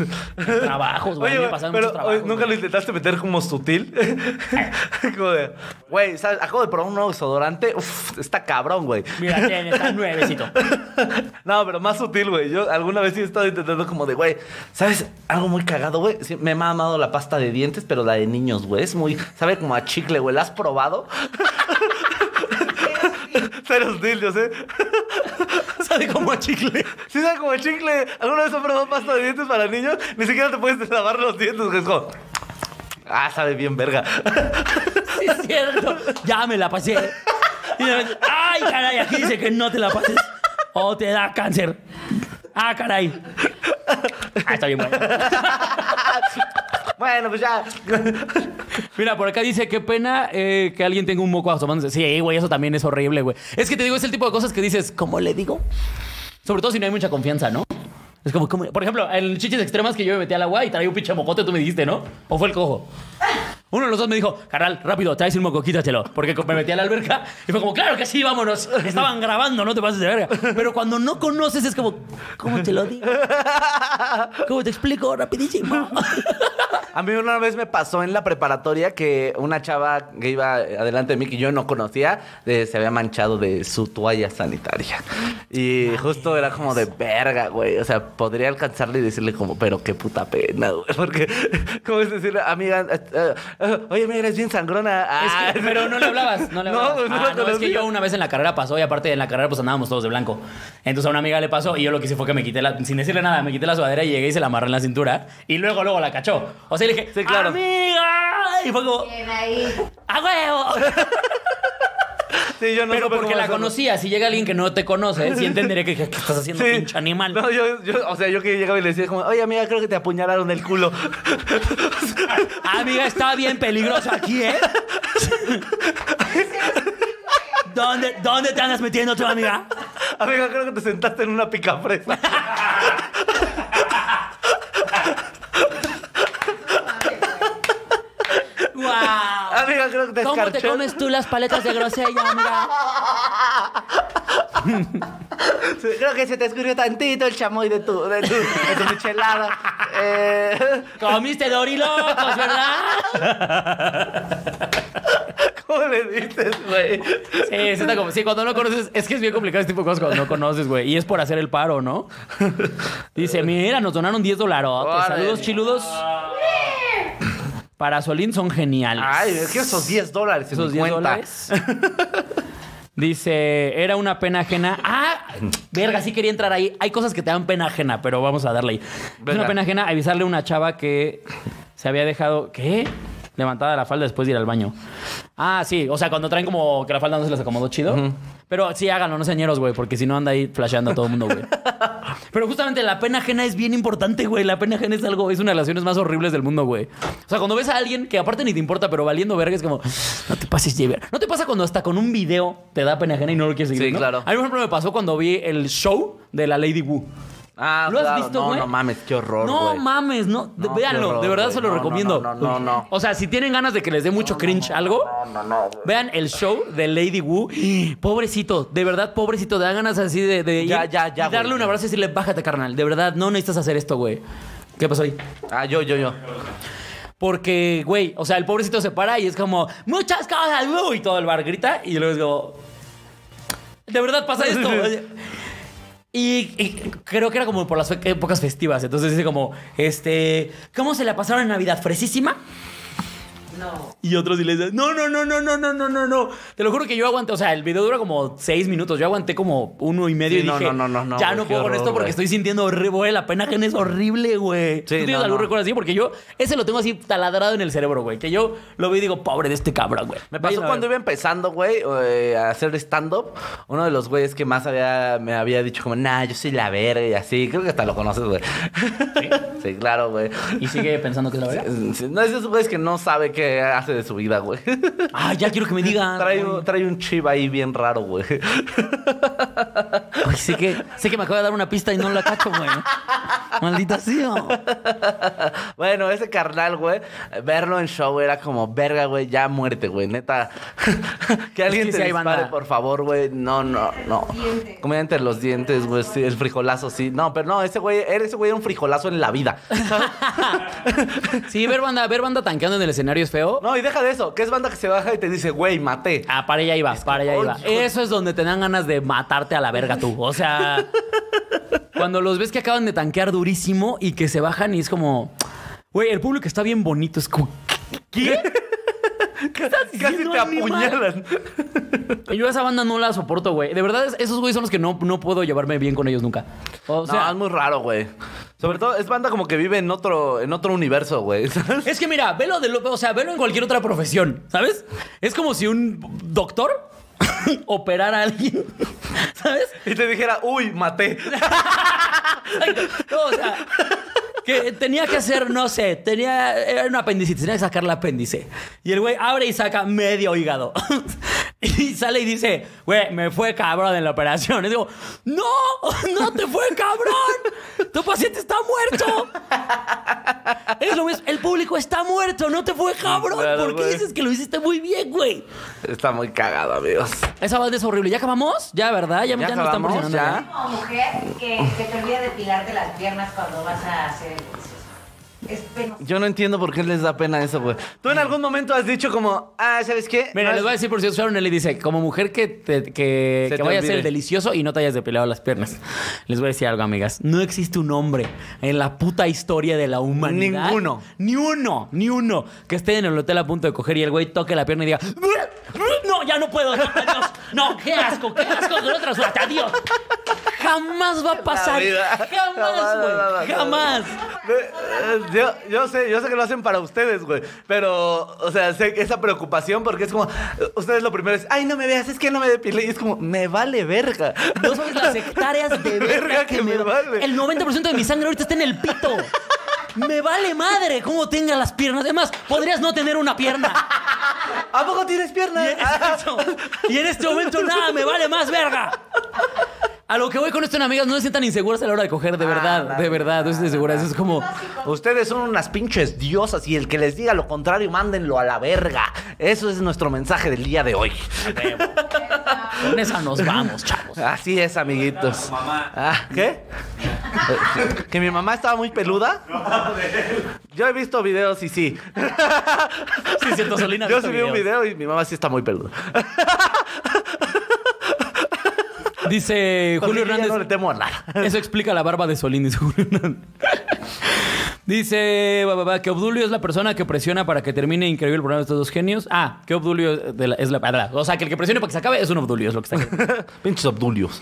trabajos, Pues, güey. a mí me
Oye,
pasaban
pero
muchos trabajos,
oye, nunca
güey.
lo intentaste meter como sutil. como de, güey, ¿sabes? Acabo de probar un nuevo desodorante. Uf, está cabrón, güey.
Mira, tiene, está nuevecito.
No, pero más sutil, güey. Yo alguna vez sí he estado intentando como de, güey, ¿sabes? Algo muy cagado, güey. Sí, me ha mamado la pasta de dientes, pero la de niños, güey. Es muy, sabe como a chicle, güey. ¿La has probado? Cero sutil, yo sé.
Sabe como a chicle.
¿eh? Sí sabe como a chicle. ¿Alguna vez has probado pasta de dientes para niños? Ni siquiera te puedes lavar los dientes, güey. Es como, Ah, sabe bien verga.
Sí, es cierto. Ya me la pasé. Y de repente, Ay, caray, aquí dice que no te la pases. O te da cáncer. Ah, caray. Ah, está bien bueno.
Bueno, pues ya.
Mira, por acá dice, qué pena eh, que alguien tenga un moco asomándose. Sí, güey, eso también es horrible, güey. Es que te digo, es el tipo de cosas que dices, ¿cómo le digo? Sobre todo si no hay mucha confianza, ¿no? Es como, ¿cómo? por ejemplo, en chiches extremas que yo me metí al agua y traía un pinche mocote, tú me dijiste, ¿no? ¿O fue el cojo? Uno de los dos me dijo, carnal, rápido, traes un moco, quítatelo. Porque me metí a la alberca y fue como, claro que sí, vámonos. Estaban grabando, no te pases de verga. Pero cuando no conoces es como, ¿cómo te lo digo? ¿Cómo te explico? Rapidísimo.
A mí una vez me pasó en la preparatoria que una chava que iba adelante de mí que yo no conocía eh, se había manchado de su toalla sanitaria. Y justo era como de verga, güey. O sea, podría alcanzarle y decirle como, pero qué puta pena, güey. Porque, ¿cómo es decirle, amiga? eh, eh, eh, oye, mira, eres bien sangrona.
Es que-
Ah,
pero no le hablabas, no le
No,
hablabas.
pues, no
Ah,
la
no, es que
conocía.
yo una vez en la carrera pasó y aparte en la carrera pues andábamos todos de blanco. Entonces a una amiga le pasó y yo lo que hice fue que me quité la, sin decirle nada, me quité la sudadera y llegué y se la amarré en la cintura y luego luego la cachó. O sea, le dije,
Sí, claro.
amiga, y fue como,
Bien ahí.
a huevo.
Sí, yo no
Pero
supe
porque
cómo
la
hacerlo.
conocía, si llega alguien que no te conoce, sí entendería que, que estás haciendo
Sí.
pinche animal.
No, yo, yo- o sea, yo que llegaba y le decía como, oye, amiga, creo que te apuñalaron el culo.
Amiga, está bien peligroso aquí, ¿eh? ¿Dónde, ¿Dónde te andas metiendo tú, amiga?
Amiga, creo que te sentaste en una picafresa.
¡Wow!
Amiga, creo que te
¿Cómo te
escarché.
comes tú las paletas de grosella, amiga?
Sí, Creo que se te escurrió tantito el chamoy de tu, de tu, de tu michelada. Eh,
Comiste dorilocos, ¿verdad?
¿Cómo le dices, güey?
Sí, es una como- sí, cuando no conoces, es que es bien complicado este tipo de cosas cuando no conoces, güey. Y es por hacer el paro, ¿no? Dice, mira, nos donaron 10 dólares.
Órale.
Saludos chiludos. Para Solín son geniales.
Ay, es que esos 10 dólares, en
Esos
mi
10
cuenta.
dólares. Dice, era una pena ajena. Ah, verga, sí quería entrar ahí. Hay cosas que te dan pena ajena, pero vamos a darle ahí. Es
Venga.
una pena ajena avisarle a una chava que se había dejado. ¿Qué? Levantada la falda después de ir al baño. Ah, sí. O sea, cuando traen como que la falda no se les acomodó chido. Pero sí, háganlo, no señeros, güey, porque si no anda ahí flasheando a todo el mundo, güey. Pero justamente la pena ajena es bien importante, güey. La pena ajena es algo, es una de las acciones más horribles del mundo, güey. O sea, cuando ves a alguien que aparte ni te importa, pero valiendo verga, es como, no te pases, Javier. No te pasa cuando hasta con un video te da pena ajena y no lo quieres seguir.
Sí,
¿no?
claro.
A mí, por ejemplo, me pasó cuando vi el show de la Lady Wu.
Ah,
¿Lo has
claro,
visto,
no,
güey?
no mames, qué horror,
No
güey.
mames, no.
No,
véanlo,
qué horror,
de verdad
güey.
se lo
No, no,
recomiendo.
no, no, no.
O sea, si tienen ganas de que les dé mucho cringe algo, vean el show de Lady Wu. Pobrecito, de verdad, pobrecito. Te dan ganas así de, de
Ya,
ir
ya, ya,
y darle
güey.
un abrazo y decirle, bájate, carnal. De verdad, no necesitas hacer esto, güey. ¿Qué pasó ahí?
Ah, yo, yo, yo.
Porque, güey, o sea, el pobrecito se para y es como, muchas cosas, Wu", y todo el bar grita. Y luego es como, de verdad pasa esto. Y, y creo que era como por las fe- épocas festivas. Entonces dice como, este, ¿cómo se la pasaron en Navidad? ¿Fresísima?
No.
Y otros sí le dicen, no, no, no, no, no, no, no, no, no. Te lo juro que yo aguanté, o sea, el video dura como seis minutos. Yo aguanté como uno y medio
Sí,
y
no,
dije,
no, no, no, no,
ya
güey,
no
qué
puedo con
horror,
esto porque
güey.
estoy sintiendo horrible, güey. La pena ajena es horrible, güey. ¿Tú tienes
no,
algún
no.
recuerdo así? Porque yo, ese lo tengo así taladrado en el cerebro, güey. Que yo lo vi y digo, pobre de este cabrón, güey.
Me pasó
Vayan a
cuando
ver.
iba empezando, güey, eh, a hacer stand-up. Uno de los güeyes que más había, me había dicho como, nah, yo soy la verga y así. Creo que hasta lo conoces, güey. ¿Sí? claro, güey.
Y sigue pensando que es la verdad.
Sí, No es de esos güeyes que no sabe qué hace de su vida, güey.
Ah, ya quiero que me digan.
Trae, un- trae un chip ahí bien raro, güey.
Ay, sé que, sé que me acaba de dar una pista y no la cacho, güey. Maldita sea.
Bueno, ese carnal, güey, verlo en show era como, verga, güey, ya muerte, güey, neta. que alguien
que sí
te
hay
dispare,
banda.
por favor, güey. No, no, no.
Dientes.
Comida entre los dientes, güey, sí, el frijolazo, sí. No, pero no, ese güey, era- ese güey era un frijolazo en la vida.
Sí, ver banda, ver banda tanqueando en el escenario es feo.
no, y deja de eso, que es banda que se baja y te dice, güey, maté.
Ah, para allá iba, para allá iba.
oye, hijo-
Eso es donde te dan ganas de matarte a la verga tú. O sea, cuando los ves que acaban de tanquear durísimo y que se bajan y es como, güey, el público está bien bonito. Es como, ¿qué? ¿Qué estás
Casi
diciendo,
te
animal?
apuñalan.
Yo esa banda no la soporto, güey. De verdad, es- esos güeyes son los que no, no puedo llevarme bien con ellos nunca. O
no,
sea,
es muy raro, güey. Sobre todo, es banda como que vive en otro, en otro universo, güey.
es que mira, velo de lo- o sea, velo en cualquier otra profesión, ¿sabes? Es como si un doctor operara a alguien, ¿sabes?
y te dijera, uy, maté.
Ay, no, o sea, que tenía que hacer, no sé, tenía era un apendicitis, tenía que sacar el apéndice. Y el güey abre y saca medio hígado. Y sale y dice, güey, me fue cabrón en la operación. Y digo, no, no te fue cabrón. Tu paciente está muerto. Es lo mismo, el público está muerto, no te fue cabrón.
Claro,
¿Por qué
güey.
dices que lo hiciste muy bien, güey?
Está muy cagado, amigos.
Esa banda es horrible. ¿Ya acabamos? Ya, ¿verdad? Ya,
¿Ya
ya nos están
acabamos?
presionando. ¿eh?
¿Ya?
¿verdad?
Como mujer que se te olvida depilarte las piernas cuando vas a hacer ejercicio. Es penoso.
Yo no entiendo por qué les da pena eso, güey. Tú en algún momento has dicho como, ah, ¿sabes qué? No
Mira, les
es-
voy a decir por si Sharon Nelly dice, como mujer que, te- que,
Se
que
te
vaya a ser
olvide.
el delicioso y no te hayas depilado las piernas. Les voy a decir algo, amigas. No existe un hombre en la puta historia de la humanidad.
Ninguno.
Ni uno, ni uno. Que esté en el hotel a punto de coger y el güey toque la pierna y diga, no, ya no puedo. Adiós. No, qué asco, qué asco con otra suerte. Adiós. Jamás va a pasar.
vida.
Jamás,
No, no, no, no,
güey.
no.
Jamás.
Eh, Yo, yo sé, yo sé que lo hacen para ustedes, güey. Pero, o sea, sé que esa preocupación porque es como, eh, ustedes lo primero es, ay, no me veas, es que no me depilé. Y es como, me vale verga.
No sabes las hectáreas de verga que, me
vale.
El 90% de mi sangre ahorita está en el pito. Me vale madre cómo tenga las piernas. Además, podrías no tener una pierna.
¿A poco tienes
Y
piernas? Ah.
en, exacto. Y en este momento nada, me vale más verga. A lo que voy con esto, amigas, no se sientan inseguras a la hora de coger, de verdad, de verdad, no se sientan seguras. Es como,
Ustedes son unas pinches diosas y el que les diga lo contrario, mándenlo a la verga. Eso es nuestro mensaje del día de hoy.
con esa nos vamos, chavos.
Así es, amiguitos.
mamá.
Ah, ¿Qué? ¿Que mi mamá estaba muy peluda? Yo he visto videos y sí.
Sí, es cierto, Solina.
Yo
¿has visto
subí un
videos?
video y mi mamá sí está muy peluda.
Dice
Porque
Julio
yo ya
Hernández.
No le temo a nada.
Eso explica la barba de Solín, dice Julio Hernández. Dice va, va, va, que Obdulio es la persona que presiona para que termine increíble el programa de estos dos genios. Ah, que Obdulio de la- es la, verdad. O sea, que el que presione para que se acabe es un Obdulio, es lo que está aquí.
Pinches Obdulios.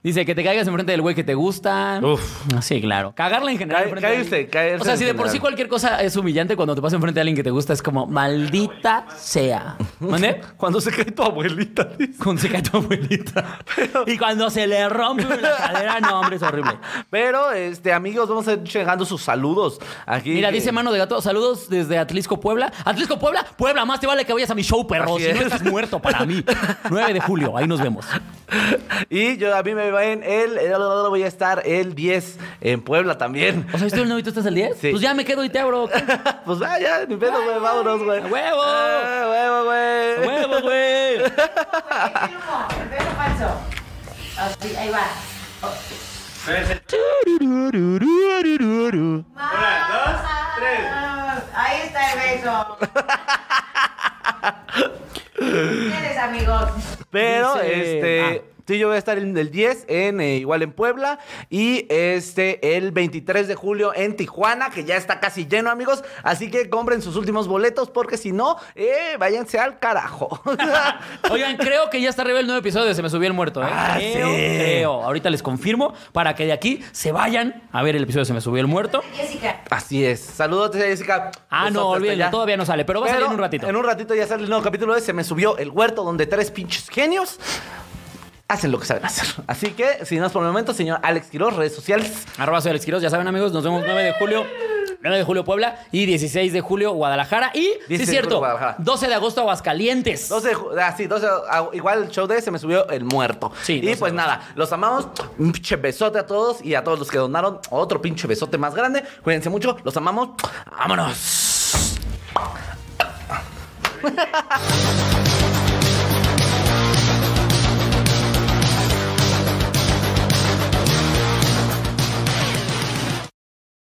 Dice que te caigas enfrente del güey que te gusta.
Uf.
Ah, Sí, claro. Cagarla en general.
Cae-
enfrente de
caerse,
alguien.
caerse
O sea,
en
si de por sí
general.
cualquier cosa es humillante cuando te pasa enfrente de alguien que te gusta, es como maldita sea. ¿Mande?
Cuando se cae tu abuelita, dice.
Cuando se cae tu abuelita. Y cuando se le rompe la cadera, no, hombre, es horrible.
Pero, este, amigos, vamos a ir llegando sus saludos. Aquí.
Mira, dice Mano de Gato, saludos desde Atlisco, Puebla. Atlisco, Puebla, Puebla, más te vale que vayas a mi show, perro.
Así
Si no
es.
estás muerto para mí. 9 de julio, ahí nos vemos.
Y yo a mí me ven el, el- voy a estar el 10 en Puebla también.
O sea, ¿estoy el 9 y tú estás el 10?
Sí.
Pues ya me quedo y te abro.
Pues vaya, ni pedo, güey, vámonos, güey.
¡A huevo!
¡A huevo, güey!
¡Huevo, güey!
Es el humo, el pelo falso. Así, ahí va.
Una, dos, tres.
Ahí está el beso. Ustedes, amigos.
Pero,
Dice- ah.
este. Sí, yo voy a estar en el 10 en eh, igual en Puebla y este el 23 de julio en Tijuana, que ya está casi lleno, amigos, así que compren sus últimos boletos porque si no, eh, váyanse al carajo.
Oigan, creo que ya está arriba el nuevo episodio de Se me subió el muerto, ¿eh?
Ah,
creo,
sí.
creo. Ahorita les confirmo para que de aquí se vayan a ver el episodio de Se me subió el muerto.
Jessica.
Así es. Saludos, Jessica.
Ah,
Besotes
no,
hasta
olvídenlo,
allá.
todavía no sale, pero va a salir en un ratito.
En un ratito ya sale el nuevo capítulo de Se me subió el huerto, donde tres pinches genios hacen lo que saben hacer. Así que, sin más por el momento, señor Alex Quiroz, redes sociales.
Arroba soy Alex Quiroz, ya saben amigos, nos vemos 9 de julio, 9 de julio Puebla y 16 de julio Guadalajara y, sí
16 de
es cierto,
julio, Guadalajara.
12 de agosto Aguascalientes.
12 de ju- ah, sí, 12 de- ah, igual el show de Se me subió el muerto.
Sí,
y
12
pues
de-
nada, los amamos. Un pinche besote a todos y a todos los que donaron. Otro pinche besote más grande. Cuídense mucho, los amamos. Vámonos.